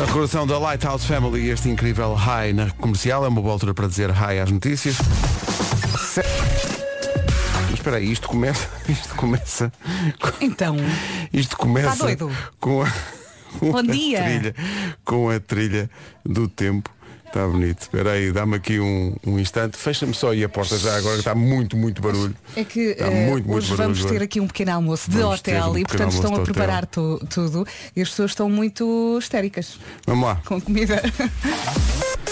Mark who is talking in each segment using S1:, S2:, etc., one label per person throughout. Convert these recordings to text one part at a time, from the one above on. S1: A recordação da Lighthouse Family e este incrível high na comercial. É uma boa altura para dizer high às notícias. Se- Mas espera aí, isto começa. Isto começa.
S2: Então,
S1: Isto começa.
S2: Tá doido?
S1: Com a, com
S2: Bom
S1: a
S2: dia.
S1: trilha. Com a trilha do tempo. Está bonito. Espera aí, dá-me aqui um, um instante. Fecha-me só aí a porta já agora, que está muito, muito barulho.
S2: é que
S1: Está
S2: eh,
S1: Tá muito, muito
S2: hoje
S1: barulho,
S2: vamos ter
S1: Joana.
S2: aqui um pequeno almoço de
S1: Vamos ter um
S2: hotel e
S1: pequeno
S2: portanto
S1: almoço
S2: estão
S1: de
S2: a
S1: hotel.
S2: preparar tu- tudo e as pessoas estão muito histéricas
S1: Vamos lá.
S2: com a comida.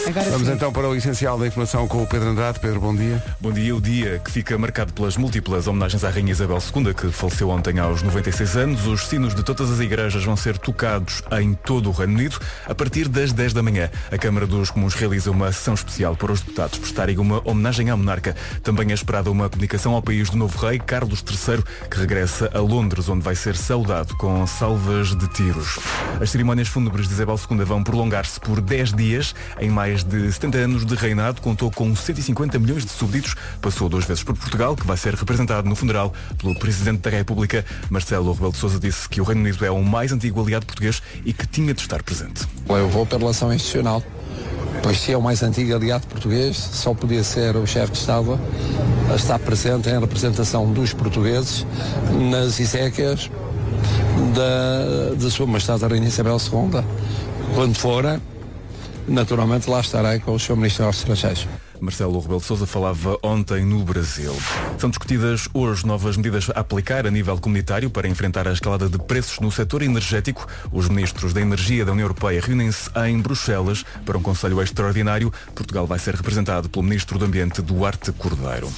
S2: Agora
S1: Vamos
S2: sim.
S1: então para o essencial da informação com o Pedro Andrade. Pedro, bom dia.
S3: Bom dia, o dia que fica marcado pelas múltiplas homenagens à Rainha Isabel II, que faleceu ontem aos 96 anos. Os sinos de todas as igrejas vão ser tocados em todo o Reino Unido a partir das 10 da manhã. A Câmara dos Comuns realiza uma sessão especial para os deputados prestarem uma homenagem à monarca. Também é esperada uma comunicação ao país do novo rei, Carlos III, que regressa a Londres, onde vai ser saudado com salvas de tiros. As cerimónias fúnebres de Isabel II vão prolongar-se por 10 dias. Em mais de 70 anos de reinado, contou com 150 milhões de súbditos, passou duas vezes por Portugal, que vai ser representado no funeral pelo Presidente da República. Marcelo Rebelo de Sousa disse que o Reino Unido é o mais antigo aliado português e que tinha de estar presente.
S4: Eu vou pela relação institucional, pois se é o mais antigo aliado português, só podia ser o chefe de Estado a estar presente em representação dos portugueses nas iséquias da, de Sua Majestade a Rainha Isabel II. Quando fora, naturalmente lá estarei com o Sr. Ministro dos Estrangeiros.
S3: Marcelo Rebelo de Sousa falava ontem no Brasil. São discutidas hoje novas medidas a aplicar a nível comunitário para enfrentar a escalada de preços no setor energético. Os ministros da Energia da União Europeia reúnem-se em Bruxelas para um conselho extraordinário. Portugal vai ser representado pelo ministro do Ambiente Duarte Cordeiro.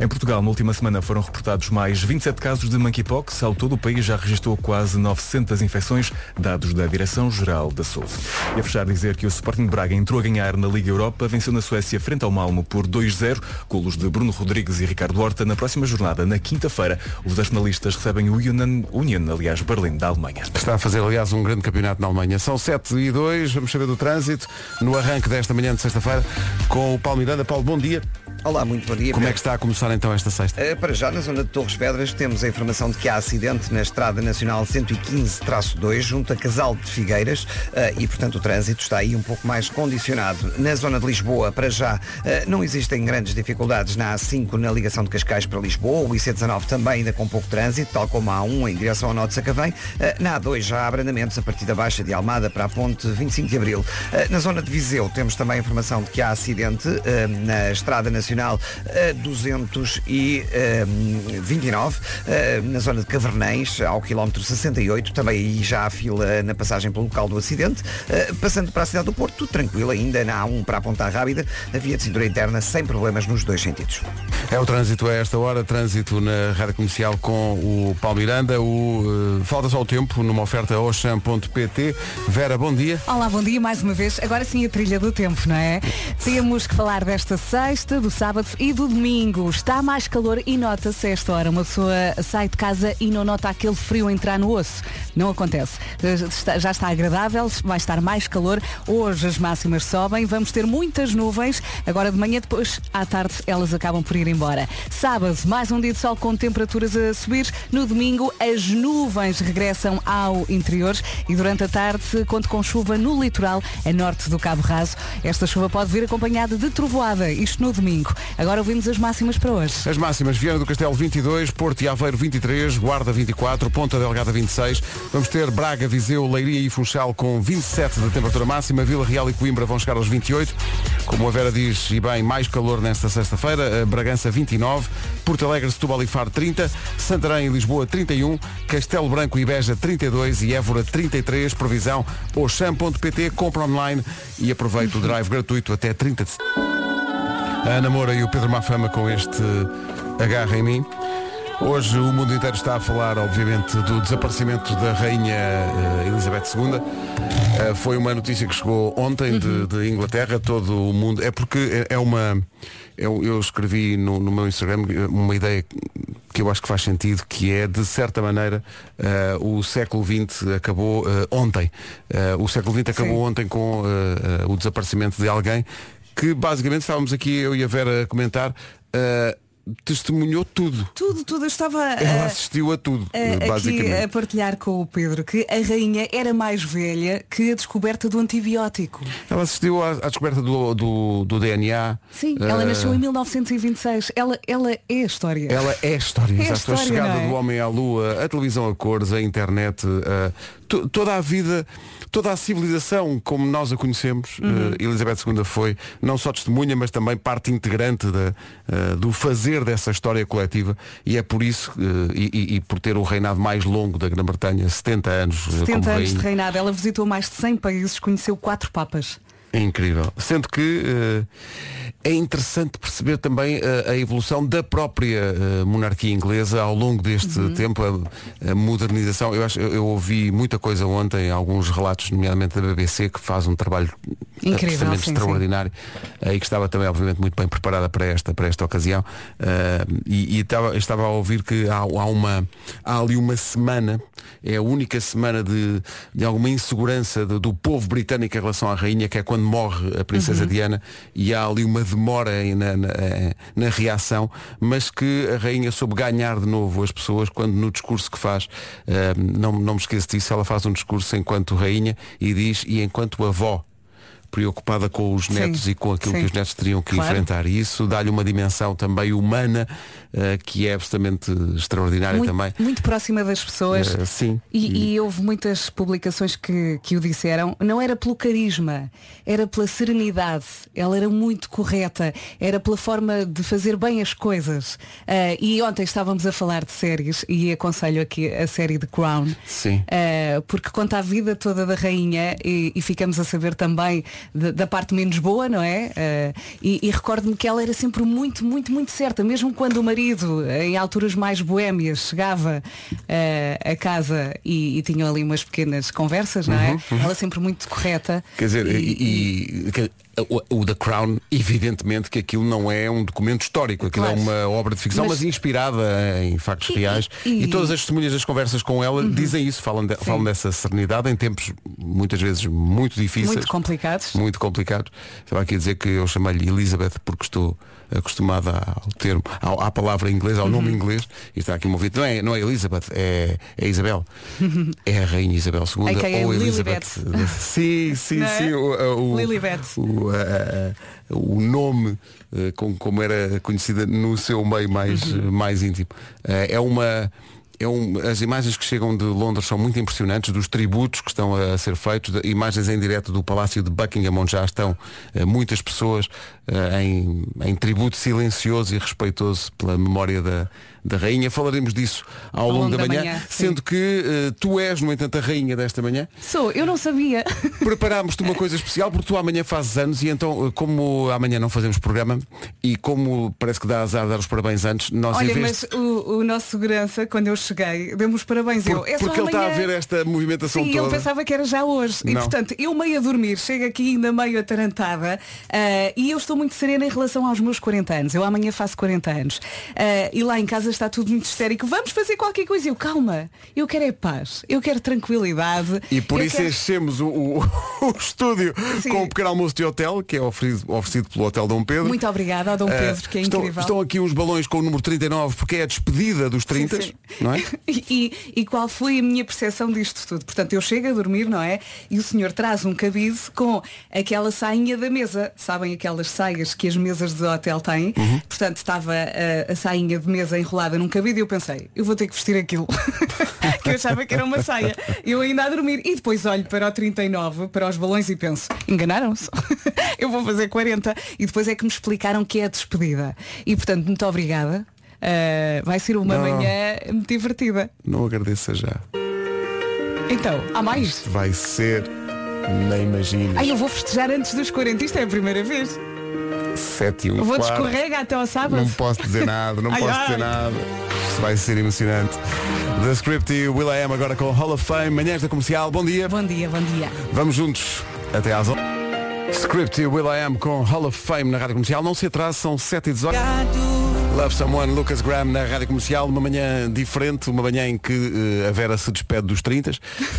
S3: Em Portugal, na última semana foram reportados mais 27 casos de monkeypox. Ao todo o país já registrou quase 900 infecções, dados da Direção-Geral da Saúde. E a fechar dizer que o Sporting de Braga entrou a ganhar na Liga Europa, venceu na Suécia frente ao Malmo por 2-0, golos de Bruno Rodrigues e Ricardo Horta. Na próxima jornada, na quinta-feira, os nacionalistas recebem o Union, Union aliás, Berlim, da Alemanha.
S1: Está a fazer, aliás, um grande campeonato na Alemanha. São 7 e 2, vamos saber do trânsito, no arranque desta manhã de sexta-feira, com o Paulo Miranda. Paulo, bom dia.
S5: Olá, muito bom dia.
S1: Como é que
S5: Pedro.
S1: está a começar então esta sexta?
S5: Eh, Para já, na zona de Torres Pedras, temos a informação de que há acidente na Estrada Nacional 115-2, junto a Casal de Figueiras, eh, e, portanto, o trânsito está aí um pouco mais condicionado. Na zona de Lisboa, para já, eh, não existem grandes dificuldades na A5, na ligação de Cascais para Lisboa, o IC19 também ainda com pouco trânsito, tal como a A1 em direção ao Nó de Sacavém. Eh, Na A2 já há abrandamentos a partir da Baixa de Almada para a Ponte 25 de Abril. Eh, Na zona de Viseu, temos também a informação de que há acidente eh, na Estrada Nacional eh, ah, 229, eh, na zona de Cavernães, ao quilómetro 68, também aí já há fila na passagem pelo local do acidente. Eh, Passando para a cidade do Porto, tudo tranquilo ainda, na A1 para a Ponta Rábida, a via de cintura interna sem problemas nos dois sentidos.
S1: É o trânsito a esta hora, trânsito na rádio comercial com o Paulo Miranda. O, eh, falta só o tempo numa oferta oxam.pt. Vera, bom dia.
S2: Olá, bom dia mais uma vez. Agora sim a trilha do tempo, não é? Temos que falar desta sexta, do sábado e do domingo. Está mais calor e nota-se a esta hora. Uma pessoa sai de casa e não nota aquele frio entrar no osso. Não acontece. Já está- Já está agradável, vai estar mais calor. Hoje as máximas sobem, vamos ter muitas nuvens. Agora de manhã, depois à tarde, elas acabam por ir embora. Sábado, mais um dia de sol com temperaturas a subir. No domingo, as nuvens regressam ao interior e durante a tarde conto com chuva no litoral a norte do Cabo Raso. Esta chuva pode vir acompanhada de trovoada, isto no domingo. Agora ouvimos as máximas para hoje.
S1: As máximas, Viana do Castelo 22, Porto e Aveiro 23, Guarda 24, Ponta Delgada 26. Vamos ter Braga, Viseu, Leiria e Funchal com 27 de temperatura máxima. Vila Real e Coimbra vão chegar aos 28. Como a Vera diz, e bem, mais calor nesta sexta-feira. Eh, Bragança 29, Porto Alegre, Setúbal e Faro 30, Santarém e Lisboa 31, Castelo Branco e Beja 32 e Évora 33. Previsão Oxam.pt, compra online e aproveita o drive gratuito até 30 de a Ana Moura e o Pedro Mafama com este Agarra em mim. Hoje o mundo inteiro está a falar, obviamente, do desaparecimento da Rainha eh, Elizabeth II. Eh, foi uma notícia que chegou ontem de, de Inglaterra, todo o mundo. É porque é é uma. Eu, eu escrevi no, no meu Instagram eh, uma ideia que eu acho que faz sentido, que é, de certa maneira, eh, o século XX acabou eh, ontem. Eh, o século XX acabou
S2: Sim.
S1: ontem com eh, eh, o desaparecimento de alguém que basicamente estávamos aqui, eu e a Vera, a comentar. eh, testemunhou tudo.
S2: Tudo, tudo. Eu estava a-
S1: Ela assistiu a tudo,
S2: a- Eh, aqui eh,
S1: basicamente.
S2: a partilhar com o Pedro que a rainha era mais velha que a descoberta do antibiótico.
S1: Ela assistiu à, à descoberta do, do, do DNA.
S2: Sim,
S1: Eh,
S2: ela nasceu em 1926. Ela, ela é a história.
S1: Ela é a história,
S2: É a
S1: exato.
S2: história,
S1: a chegada
S2: não é?
S1: do homem à lua, a televisão a cores, a internet, eh, to- toda a vida, toda a civilização como nós a conhecemos,
S2: Uhum.
S1: eh, Elizabeth II foi não só testemunha, mas também parte integrante da, eh, do fazer dessa história coletiva e é por isso, eh, e, e- e por ter o reinado mais longo da Grã-Bretanha, 70 anos, eh,
S2: 70
S1: como
S2: anos de
S1: rainha.
S2: reinado. Ela visitou mais de 100 países, conheceu quatro papas.
S1: É incrível. Sendo que eh, é interessante perceber também eh, a evolução da própria eh, monarquia inglesa ao longo deste
S2: Uhum.
S1: tempo, a, a modernização. Eu, acho, eu, eu ouvi muita coisa ontem, alguns relatos, nomeadamente da BBC, que faz um trabalho
S2: Incrível,
S1: absolutamente
S2: sim, sim.
S1: extraordinário eh, e que estava também, obviamente, muito bem preparada para esta, para esta ocasião. Eh, e e estava, estava a ouvir que há, há, uma, há ali uma semana, é a única semana de, de alguma insegurança do, do povo britânico em relação à rainha, que é quando morre a princesa Diana, e há ali uma demora em- na, na, eh, na reação, mas que a rainha soube ganhar de novo as pessoas quando no discurso que faz, eh, não, não me esqueço disso, ela faz um discurso enquanto rainha e diz, e enquanto avó preocupada com os netos e com aquilo
S2: sim.
S1: que os netos teriam que
S2: Claro.
S1: enfrentar. E isso dá-lhe uma dimensão também humana eh, que é absolutamente extraordinária
S2: Muito,
S1: também.
S2: muito próxima das pessoas.
S1: Eh, sim.
S2: E, e houve muitas publicações que, que o disseram. Não era pelo carisma, era pela serenidade. Ela era muito correta, era pela forma de fazer bem as coisas. Ah, e ontem estávamos a falar de séries e aconselho aqui a série The Crown.
S1: Sim.
S2: Ah, porque conta a vida toda da rainha e, e ficamos a saber também de- da parte menos boa, não é? Ah, e e recordo-me que ela era sempre muito, muito, muito certa, mesmo quando o marido, eh, em alturas mais boémias, chegava ah, a casa e, e tinham ali umas pequenas conversas, não
S1: Uhum,
S2: é? Ela sempre muito correta.
S1: Quer dizer,
S2: E-
S1: e, e- que- o, o The Crown, evidentemente que aquilo não é um documento histórico, aquilo
S2: Claro.
S1: é uma obra de ficção, mas,
S2: Mas-
S1: inspirada em factos
S2: E-
S1: reais. E,
S2: e- Uhum.
S1: todas as testemunhas das conversas com ela dizem isso, falam, de- falam dessa serenidade em tempos muitas vezes muito difíceis.
S2: muito complicados.
S1: muito complicado. Estava aqui a dizer que eu chamei-lhe Elizabeth porque estou acostumada ao termo, ao- à palavra inglesa, ao
S2: Uhum.
S1: nome inglês, e está aqui um ouvinte. Não é, não é Elizabeth, é, é Isabel. É a Rainha Isabel II
S2: AKA
S1: ou Elizabeth.
S2: Lilibet.
S1: Sim, sim,
S2: Não é?
S1: sim. O, o,
S2: Lilibet.
S1: o, a- a- o nome, eh, com- como era conhecida no seu meio mais, eh, mais íntimo. Eh, É uma. É um, as imagens que chegam de Londres são muito impressionantes, dos tributos que estão a ser feitos, de- imagens em direto do Palácio de Buckingham, onde já estão eh, muitas pessoas eh, em, em tributo silencioso e respeitoso pela memória da, da rainha. Falaremos disso ao, longo, da, manhã,
S2: sim.
S1: sendo que eh, tu és, no entanto, a rainha desta manhã.
S2: Sou, eu não sabia.
S1: Preparámos-te uma coisa especial porque tu amanhã fazes anos e então, eh, como amanhã não fazemos programa e como parece que dá azar dar os parabéns antes, nós em
S2: Olha,
S1: vez
S2: mas o, o nosso segurança, quando eu cheguei, deu-me os parabéns.
S1: Por-
S2: eu, é só
S1: porque ele está a
S2: amanhã."
S1: ver esta movimentação
S2: Sim,
S1: toda.
S2: eu pensava que era já hoje. E
S1: Não.
S2: portanto, eu meio a dormir, chego aqui ainda meio atarantada ah, e eu estou muito serena em relação aos meus 40 anos. Eu amanhã faço 40 anos. Ah, e lá em casa está tudo muito histérico. Vamos fazer qualquer coisa. Eu, calma, eu quero é paz, eu quero tranquilidade.
S1: E por
S2: eu
S1: isso
S2: quero-
S1: enchemos o, o- o estúdio
S2: Sim.
S1: com um pequeno almoço de hotel, que é oferecido, oferecido pelo Hotel Dom Pedro.
S2: Muito obrigada ao Dom
S1: Eh,
S2: Pedro, que é
S1: estão,
S2: incrível.
S1: estão aqui uns balões com o número 39 porque é a despedida dos 30,
S2: Sim, sim.
S1: não é?
S2: e, e qual foi a minha percepção disto tudo? Portanto, eu chego a dormir, não é? E o senhor traz um cabide com aquela sainha da mesa. Sabem aquelas saias que as mesas de hotel têm? Portanto, estava eh, a, a sainha de mesa enrolada num cabide e eu pensei, eu vou ter que vestir aquilo. que eu achava que era uma saia. Eu ainda a dormir. E depois olho para o 39, para os balões e penso, enganaram-se. eu vou fazer 40. E depois é que me explicaram que é a despedida. E portanto, muito obrigada. Uh, vai ser uma
S1: Não.
S2: manhã muito divertida.
S1: Não agradeça já.
S2: Então, há mais?
S1: Isto vai ser, nem imagina,
S2: Ai, eu vou festejar antes dos 40, isto é a primeira vez.
S1: 7 e um
S2: Eu vou
S1: quarto.
S2: descorrega até ao sábado.
S1: Não posso dizer nada, não
S2: Ai,
S1: posso
S2: ai.
S1: dizer nada. Isto vai ser emocionante. The Script e Will I Am agora com Hall of Fame, manhãs da comercial. Bom dia.
S2: Bom dia, bom dia.
S1: Vamos juntos até às 11. Script e Will I Am com Hall of Fame na rádio comercial. Não se atrase, são 7 e 18. Love Someone, Lucas Graham na Rádio Comercial, uma manhã diferente, uma manhã em que eh, a Vera se despede dos 30.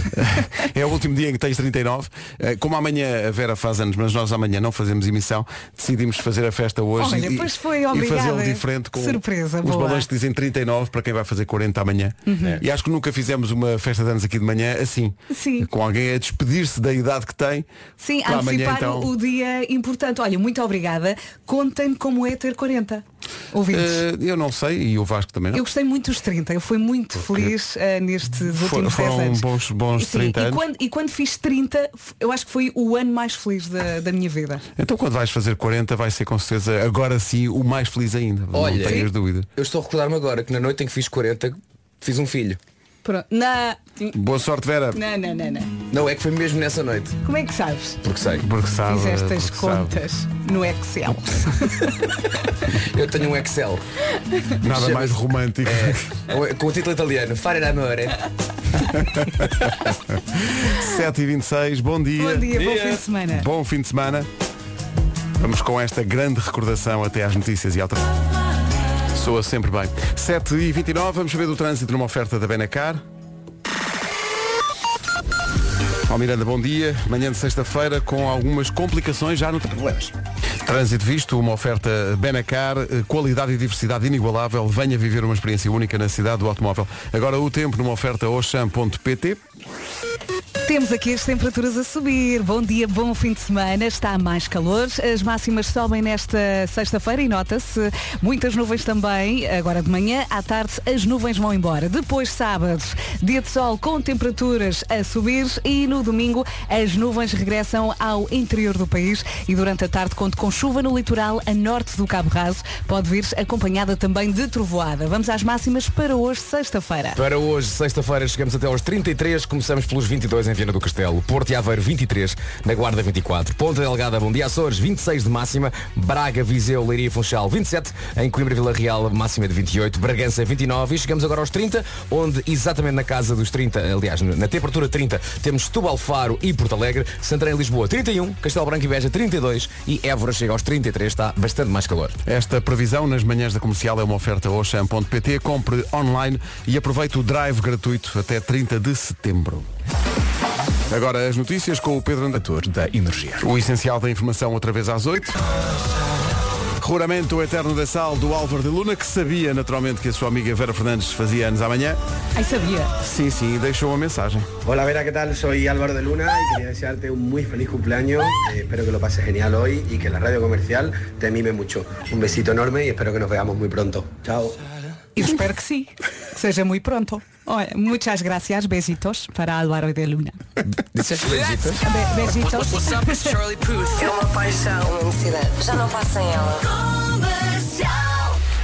S1: é o último dia em que tens 39. Eh, como amanhã a Vera faz anos, mas nós amanhã não fazemos emissão, decidimos fazer a festa hoje
S2: Olha,
S1: e,
S2: pois foi,
S1: e
S2: obrigada.
S1: fazê-lo diferente com
S2: Surpresa,
S1: os
S2: boa. Uhum.
S1: balões que dizem 39 para quem vai fazer 40 amanhã. E acho que nunca fizemos uma festa de anos aqui de manhã assim,
S2: Sim.
S1: com alguém a despedir-se da idade que tem.
S2: Sim,
S1: para É amanhã,
S2: antecipar
S1: então,
S2: o dia importante. Olha, muito obrigada. Contem-me como é ter 40 ouvintes.
S1: eh, eu não sei, e o Vasco também não.
S2: Eu gostei muito dos 30, eu fui muito feliz eh, nestes
S1: For-
S2: últimos 10
S1: foram
S2: anos.
S1: bons- bons
S2: Sim,
S1: 30
S2: e
S1: anos.
S2: Quando, e quando fiz 30, f- eu acho que foi o ano mais feliz da, da minha vida.
S1: Então quando vais fazer 40 vai ser com certeza agora sim o mais feliz ainda.
S6: Olha,
S1: não tenhas
S6: sim.
S1: dúvida.
S6: Eu estou a recordar-me agora que na noite em que fiz 40 fiz um filho.
S2: Pronto. Não,
S1: Boa sorte, Vera.
S2: não, não, não, não.
S6: Não, é que foi mesmo nessa noite.
S2: Como é que sabes?
S6: Porque sei.
S1: Porque sabe.
S2: Fizeste as
S1: porque sabe.
S2: contas no Excel.
S6: Eu tenho um Excel.
S1: Nada
S6: Chama-se- É,
S1: mais romântico.
S6: Com o título italiano, Fare d'amore.
S1: 7h26, bom dia.
S2: Bom dia, bom fim de semana.
S1: Bom fim de semana. Vamos com esta grande recordação até às notícias e ao trabalho. Soa sempre bem. 7h29, vamos saber do trânsito numa oferta da Benacar. Ó Miranda, bom dia. Manhã de sexta-feira com algumas complicações já no tra-
S5: Problemas.
S1: Trânsito visto, uma oferta Benacar, eh, qualidade e diversidade inigualável. Venha viver uma experiência única na cidade do automóvel. Agora o tempo numa oferta Oxam.pt.
S2: Temos aqui as temperaturas a subir. Bom dia, bom fim de semana. Está mais calor. As máximas sobem nesta sexta-feira e nota-se muitas nuvens também. Agora de manhã, à tarde, as nuvens vão embora. Depois, sábado, dia de sol com temperaturas a subir e no domingo as nuvens regressam ao interior do país e durante a tarde conto com chuva no litoral a norte do Cabo Raso. Pode vir acompanhada também de trovoada. Vamos às máximas para hoje, sexta-feira.
S6: Para hoje, sexta-feira, chegamos até aos 33, começamos pelos 22 em Viana do Castelo, Porto e Aveiro 23, na Guarda 24, Ponta Delgada, Bom Dia Açores 26 de máxima, Braga, Viseu, Leiria e Funchal 27, em Coimbra, Vila Real máxima de 28, Bragança 29 e chegamos agora aos 30, onde exatamente na casa dos 30, aliás, na temperatura 30, temos Tubal Faro e Porto Alegre, Santarém e Lisboa 31, Castelo Branco e Beja 32 e Évora chega aos 33, está bastante mais calor.
S1: Esta previsão nas manhãs da comercial é uma oferta Oxam.pt. Compre online e aproveite o drive gratuito até 30 de setembro. Agora as notícias com o Pedro Andator.
S3: Ator da energia.
S1: O essencial da informação outra vez às 8. Ruramento eterno da sal do Álvaro de Luna, que sabia naturalmente que a sua amiga Vera Fernandes fazia anos amanhã.
S2: Ai, sabia.
S1: Sim, sim, deixou uma mensagem.
S7: Hola Vera, ¿qué tal? Soy Álvaro de Luna y quería desearte un muy feliz cumpleaños. Eh, espero que lo pases genial hoy y que la radio comercial te mime mucho. Un besito enorme y espero que nos veamos muy pronto. Chao.
S2: Eu espero que sim. Que seja muito pronto. Olha, muchas gracias, besitos para Álvaro de Luna.
S6: Disseste legita?
S2: Be- Besitos.
S8: É uma paixão, uma necessidade. Já não passa em ela.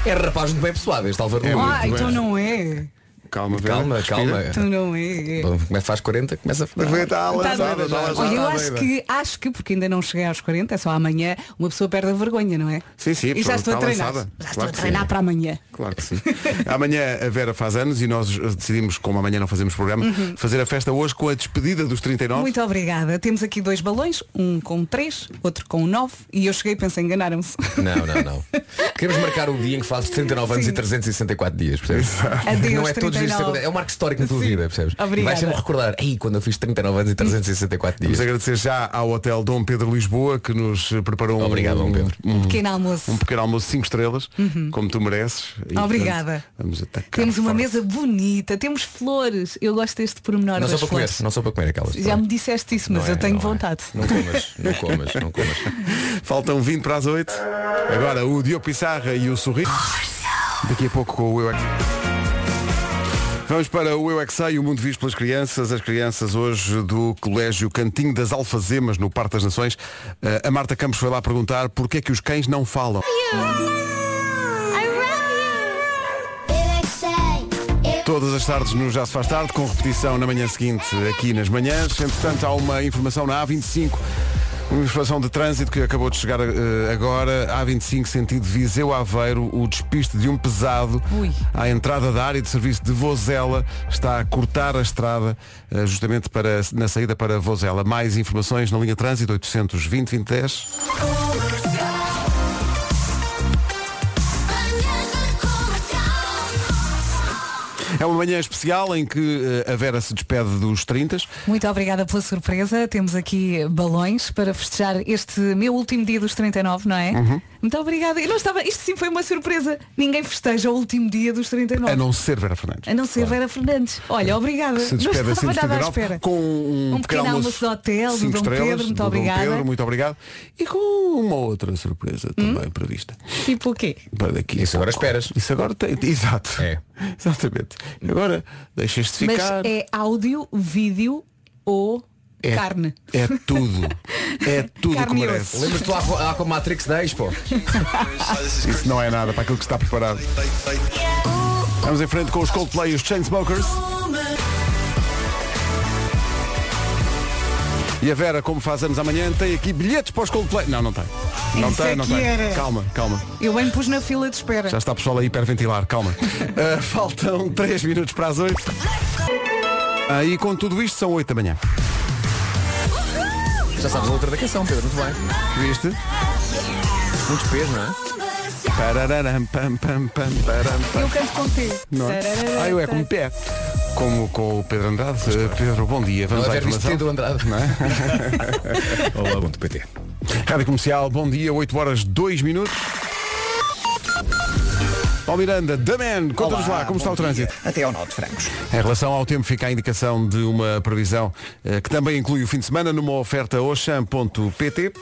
S6: É rapaz muito bem pessoado este Álvaro. Nuno.
S2: Ah, então não é.
S1: É Calma, Vera.
S6: Calma,
S1: respira.
S6: calma.
S2: Então não é.
S6: Bom, como é que faz 40? Começa a
S1: Vera está lançada, está lançada,
S2: Tá Olha, eu
S1: está
S2: acho
S1: doida.
S2: que, acho que, porque ainda não cheguei aos 40, é só amanhã, uma pessoa perde a vergonha, não é?
S1: Sim, sim,
S2: E já estou a
S1: está
S2: treinar.
S1: lançada.
S2: Já estou
S1: Claro
S2: a
S1: que
S2: treinar
S1: sim.
S2: para amanhã.
S1: Claro que sim. Amanhã a Vera faz anos e nós eh, decidimos, como amanhã não fazemos programa, fazer a festa hoje com a despedida dos 39.
S2: Muito obrigada. Temos aqui dois balões, um com três, outro com nove, e eu cheguei e pensei, enganaram-se.
S6: Não, não, não. Queremos marcar o dia em que fazes 39 anos
S2: Sim.
S6: e 364 dias, percebes?
S2: Adeus,
S6: não é todos os dias que
S2: 39.
S6: acontece. É um marco histórico na tua
S2: Sim.
S6: vida, percebes?
S2: Obrigada.
S6: Vais sempre recordar, ei, quando eu fiz 39 anos e 364
S1: Vamos
S6: dias.
S1: agradecer já ao Hotel Dom Pedro Lisboa que nos eh, preparou um-
S6: Obrigado, Dom Pedro.
S1: um,
S2: Pequeno almoço. Uhum.
S1: um pequeno almoço 5 estrelas, como tu mereces. E,
S2: Obrigada.
S1: portanto, vamos atacar
S2: Temos uma
S1: forte.
S2: mesa bonita, temos flores. Eu gosto deste pormenor
S6: Não só
S2: das
S6: para comer,
S2: flores.
S6: não só para comer aquelas.
S2: Já me disseste isso, mas
S6: Não é,
S2: eu tenho
S6: não é.
S2: vontade.
S6: Não comas, não comas, não comas.
S1: Faltam 20 para as 8. Agora o Diogo Pissarra e o Sorriso. Daqui a pouco com o Eu é Que- Vamos para o Eu é Que Sei, o mundo visto pelas crianças. As crianças hoje do Colégio Cantinho das Alfazemas, no Parque das Nações. Eh, A Marta Campos foi lá perguntar porquê é que os cães não falam. Todas as tardes no Já se faz tarde, com repetição na manhã seguinte aqui nas manhãs. Entretanto, há uma informação na A25, uma informação de trânsito que acabou de chegar eh, agora. A25, sentido Viseu Aveiro, o despiste de um pesado
S2: Ui.
S1: à entrada da área de serviço de Vozela está a cortar a estrada eh, justamente para, na saída para Vozela. Mais informações na linha trânsito 820 2010. É uma manhã especial em que eh, a Vera se despede dos 30.
S2: Muito obrigada pela surpresa. Temos aqui balões para festejar este meu último dia dos 39, não é?
S1: Uhum.
S2: Muito obrigada. Eu não estava... Isto sim foi uma surpresa. Ninguém festeja o último dia dos 39.
S1: A É não ser Vera Fernandes.
S2: A não ser Vera Fernandes. Olha, obrigada.
S1: Que se
S2: não
S1: despede
S2: estava
S1: assim de
S2: nada à
S1: 39,
S2: espera.
S1: com um,
S2: Um pequeno almoço de hotel, do
S1: cinco
S2: Dom
S1: estrelas,
S2: Pedro,
S1: do
S2: muito
S1: Dom
S2: obrigada.
S1: Pedro, muito obrigado. E com uma outra surpresa
S2: Hum?
S1: também prevista.
S2: Tipo o quê?
S1: Para daqui a
S6: Isso agora
S1: pouco.
S6: esperas.
S1: Isso agora tem. Exato.
S6: É.
S1: Exatamente. Agora deixas-te
S2: Mas
S1: ficar.
S2: é áudio, vídeo ou
S1: É-
S2: carne?
S1: É tudo. É tudo
S2: Carne
S1: que
S2: e
S1: merece.
S2: osso.
S6: Lembras-te lá, lá com a Matrix 10, pô?
S1: Isso não é nada para aquilo que está preparado. Vamos em frente com os Coldplay e os Chainsmokers. E a Vera, como faz anos amanhã, tem aqui bilhetes para os Coldplay. Não, não tem. Não
S2: Isso
S1: tem,
S2: é
S1: não
S2: que
S1: tem.
S2: era.
S1: Calma, calma.
S2: Eu bem pus na fila de espera.
S1: Já está a pessoal a hiperventilar, calma. Ah, faltam 3 minutos para as 8. Ah, e com tudo isto são 8 da manhã.
S6: Já sabes a letra da canção, Pedro, muito bem.
S1: Viste?
S6: Muitos pés, não é?
S1: Pararam, pam, pam, pam, pararam, pam.
S2: Eu canto com T.
S1: Não é? Ah, eu é
S6: tá.
S1: com pé. Como com o Pedro Andrade. Eh, Pedro, bom dia. Vamos
S6: Não
S1: à
S6: é visto
S1: informação.
S6: Pedro Andrade.
S1: Não é?
S3: Olá, bom PT.
S1: Rádio Comercial, bom dia, 8 horas 2 minutos. Paulo Miranda, The Man, conta-nos
S5: Olá,
S1: lá, como está
S5: bom
S1: o trânsito?
S5: dia. Até ao Norte Francos.
S1: Em relação ao tempo, fica a indicação de uma previsão eh, que também inclui o fim de semana numa oferta Oxam.pt.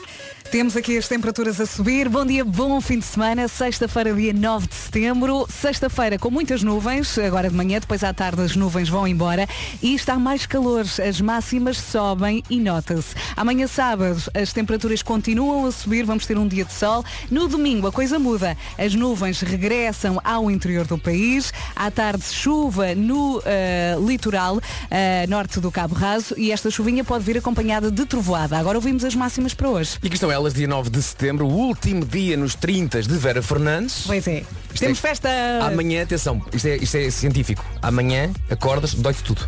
S2: Temos aqui as temperaturas a subir. Bom dia, bom fim de semana. Sexta-feira, dia 9 de setembro. Sexta-feira com muitas nuvens. Agora de manhã, depois à tarde as nuvens vão embora. E está mais calor. As máximas sobem e nota-se. Amanhã sábado as temperaturas continuam a subir. Vamos ter um dia de sol. No domingo a coisa muda. As nuvens regressam ao interior do país. À tarde chuva no eh, litoral eh, norte do Cabo Raso. E esta chuvinha pode vir acompanhada de trovoada. Agora ouvimos as máximas para hoje.
S6: E aqui estão elas, dia 9 de setembro, o último dia nos 30 de Vera Fernandes.
S2: Pois é. Temos festa!
S6: Amanhã, atenção, isto é, isto é científico. Amanhã acordas, dói-te tudo.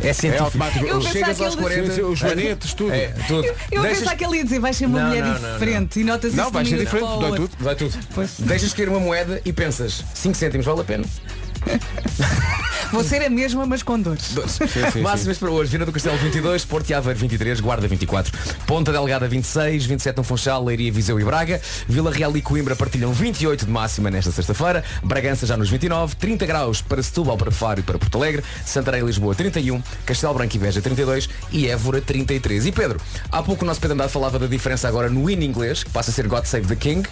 S6: é
S1: É
S6: científico.
S1: automático.
S2: Eu
S1: Os-
S2: pensava
S6: Chegas
S2: que
S6: aos
S2: ele-
S6: 40,
S1: Os manetes, tudo.
S6: É, tudo.
S2: Eu
S6: Deixas-
S2: pensava que ele ia dizer, vai ser uma
S6: Não,
S2: mulher
S6: não, não,
S2: diferente e notas
S1: Não,
S2: isso
S1: vai
S2: de
S1: ser
S2: miúdo
S1: diferente,
S2: para o
S1: dói
S2: outro.
S1: tudo.
S6: Vai tudo. Deixas cair uma moeda e pensas, 5 cêntimos vale a pena.
S2: Vou ser a mesma, mas com dores.
S6: Dois.
S1: sim.
S6: Máximas para hoje, Vina do Castelo 22, Porto e Aveiro 23, Guarda 24, Ponta Delgada 26, 27 no um Funchal, Leiria, Viseu e Braga, Vila Real e Coimbra partilham 28 de máxima nesta sexta-feira, Bragança já nos 29, 30 graus para Setúbal, para Faro e para Porto Alegre, Santarém e Lisboa 31, Castelo Branco e Beja 32 e Évora 33. E Pedro, há pouco o nosso Pedro Andrade falava da diferença agora no in inglês, que passa a ser God Save the King,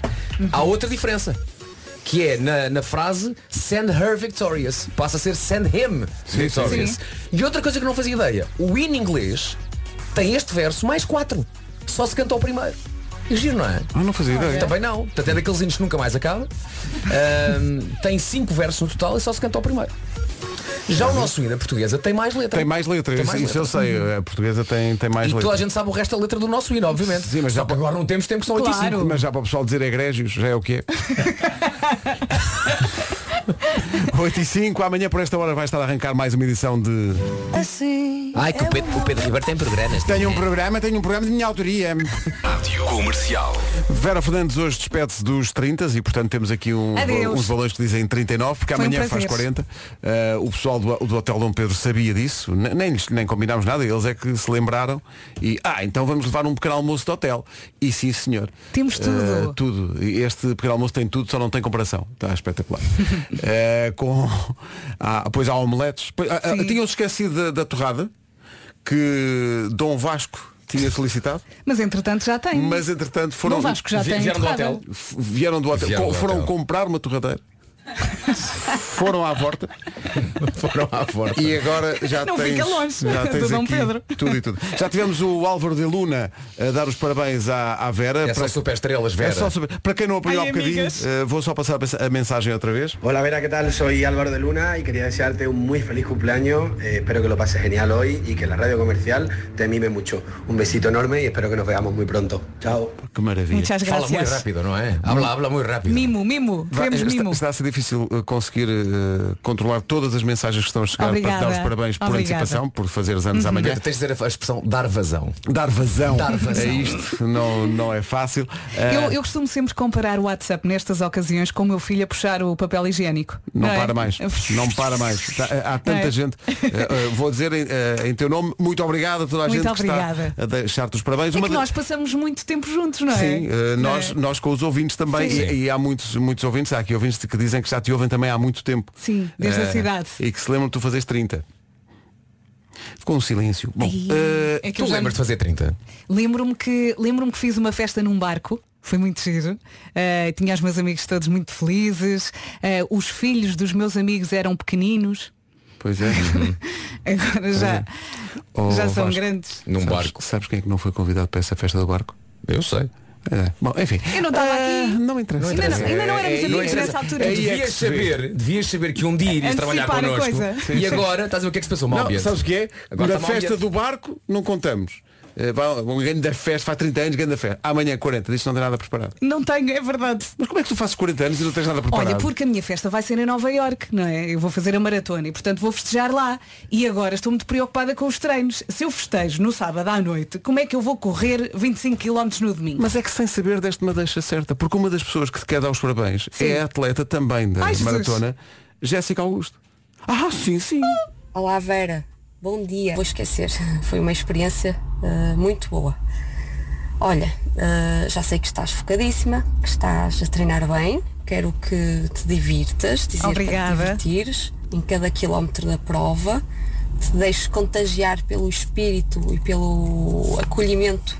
S6: há outra diferença. Que é na, na frase Send her victorious Passa a ser send him victorious
S2: sim.
S6: e outra coisa que eu não fazia ideia, o in inglês tem este verso mais quatro. Só se canta o primeiro. É Giro, não é?
S1: Ah, não fazia ideia.
S6: Também não. Portanto, é daqueles hinos que nunca mais acaba. Ahm, tem cinco versos no total e só se canta o primeiro. Já o nosso hino, a portuguesa, tem mais letra.
S1: Tem mais letras,
S6: Tem mais
S1: isso
S6: letra.
S1: eu sei. A portuguesa tem, tem mais
S6: E toda a
S1: letras.
S6: gente sabe o resto da letra do nosso hino, obviamente.
S1: Sim, mas já-
S6: Só que agora não temos tempo, que são
S2: Claro.
S6: 85.
S1: Mas já para o pessoal dizer egrégios, já é o que é. 8 e 5, amanhã por esta hora vai estar a arrancar mais uma edição de.
S2: Assim.
S6: Ai,
S2: É
S6: que o Pedro, o Pedro Ribeiro tem programas.
S1: Tenho um programa, tenho um programa de minha autoria.
S9: Comercial.
S1: Vera Fernandes hoje despede-se dos 30 e portanto temos aqui um-
S2: Adeus.
S1: uns valores que dizem 39, porque
S2: Foi um
S1: amanhã
S2: prazer.
S1: faz 40. Ah, o pessoal do, do Hotel Dom Pedro sabia disso, ne- nem, lhes- nem combinámos nada, eles é que se lembraram e ah, então vamos levar um pequeno almoço de hotel. E sim senhor.
S2: Temos tudo.
S1: Ah, tudo. E Este pequeno almoço tem tudo, só não tem comparação. Está espetacular. Ah, com... ah, pois há omeletes. Pois- ah, ah,
S2: Sim.
S1: Tinham-se esquecido da, da torrada que Dom Vasco tinha solicitado,
S2: Mas entretanto já tem.
S1: mas entretanto foram.
S2: Dom Vasco já
S6: Vi-
S2: tem.
S6: vieram do
S2: torrada.
S6: hotel.
S1: F- vieram do hotel,
S6: Vieram
S1: co-
S6: do
S1: foram
S6: hotel.
S1: comprar uma torradeira. foram à porta
S6: Foram à porta.
S1: e agora já
S2: Não
S1: tens,
S2: fica longe
S1: já
S2: do
S1: tens
S2: Dom
S1: aqui
S2: Pedro.
S1: tudo e tudo já tivemos o Álvaro de Luna a dar os parabéns à, à Vera
S6: É só super estrelas, Vera.
S1: É só super- para quem não apanhou há
S2: Ai,
S1: bocadinho
S2: amigas.
S1: eh, vou só passar a pensa- a mensagem outra vez
S7: Hola Vera, ¿qué tal? Soy Álvaro de Luna y quería desearte un muy feliz cumpleaños. Eh, espero que lo pases genial hoy y que la radio comercial te mime mucho. Un besito enorme y espero que nos veamos muy pronto. Chao.
S1: que maravilha
S2: Muitas
S6: Fala muito
S2: graças.
S6: rápido, não é? Habla, habla muito rápido.
S2: Mimo, mimo.
S1: Vai-
S2: Queremos
S1: eh, está,
S2: mimo.
S1: está a ser difícil difícil eh, conseguir eh, controlar todas as mensagens que estão a chegar para
S2: Obrigada.
S1: te dar os parabéns por
S2: Obrigada. Uhum.
S1: antecipação, por fazeres anos amanhã.
S6: Pedro, Uhum. tens de dizer a, a expressão dar vazão.
S1: Dar vazão,
S6: Dar vazão.
S1: a isto não, não é fácil. Eh,
S2: Eu, eu costumo sempre comparar o WhatsApp nestas ocasiões com o meu filho a puxar o papel higiênico.
S1: Ah, Não,
S2: é?
S1: para mais, não para mais. Tá, Há tanta
S2: Não é?
S1: gente. Eh, eh, vou dizer em, eh, em teu nome, muito obrigado a toda a
S2: Muito
S1: gente que
S2: obrigada.
S1: está a deixar-te os parabéns.
S2: É
S1: Uma
S2: que
S1: da-
S2: nós passamos muito tempo juntos, não é?
S1: Sim, eh,
S2: Não
S1: nós,
S2: é?
S1: nós com os ouvintes também,
S2: Sim.
S1: e, e há muitos, muitos ouvintes, há aqui ouvintes que dizem que já te ouvem também há muito tempo.
S2: Sim, desde a
S1: Eh,
S2: cidade.
S1: E que se lembram que tu fazes 30. Ficou um silêncio. Bom,
S2: Ai,
S1: eh,
S2: é que
S6: Tu
S2: eu já-
S6: lembras de fazer 30?
S2: Lembro-me que, lembro que fiz uma festa num barco. Foi muito giro. Eh, tinha os meus amigos todos muito felizes. Eh, os filhos dos meus amigos eram pequeninos.
S1: pois é.
S2: Agora já,
S1: Oh,
S2: já são
S1: Vasco,
S2: grandes.
S6: Num
S1: sabes-
S6: barco.
S1: Sabes quem é que não foi convidado para essa festa do barco?
S6: Eu sei.
S1: É. Bom, enfim.
S2: Eu não estava
S1: Eh,
S2: aqui.
S1: não interessa.
S2: Ainda não, ainda não éramos amigos nessa altura.
S1: Aí é que
S6: devias
S1: se vê.
S6: saber, devias saber que um dia irias trabalhar
S2: Antecipar a
S6: connosco.
S2: coisa.
S6: E agora, estás a ver o que é que se passou? Mal
S1: Não,
S6: ambiente.
S1: sabes o que é?
S6: Agora
S1: da
S6: está mau
S1: festa
S6: ambiente.
S1: do barco não contamos. Eh, vá, Um grande da festa, faz 30 anos, grande da festa. Amanhã 40, disto não tem nada preparado.
S2: Não tenho, é verdade.
S1: Mas como é que tu fazes 40 anos e não tens nada preparado?
S2: Olha, porque a minha festa vai ser em Nova Iorque, não é? Eu vou fazer a maratona e, portanto, vou festejar lá. E agora estou muito preocupada com os treinos. Se eu festejo no sábado à noite, como é que eu vou correr 25 km no domingo?
S1: Mas é que sem saber deste uma deixa certa, porque uma das pessoas que te quer dar os parabéns é a atleta também da
S2: Ai, Jesus.
S1: maratona, Jéssica Augusto. Ah, sim, sim.
S8: Olá Vera, bom dia. Vou esquecer, foi uma experiência eh, muito boa. Olha, eh, já sei que estás focadíssima, que estás a treinar bem, quero que te divirtas, dizer
S2: Obrigada.
S8: para te divertires em cada quilómetro da prova, te deixes contagiar pelo espírito e pelo acolhimento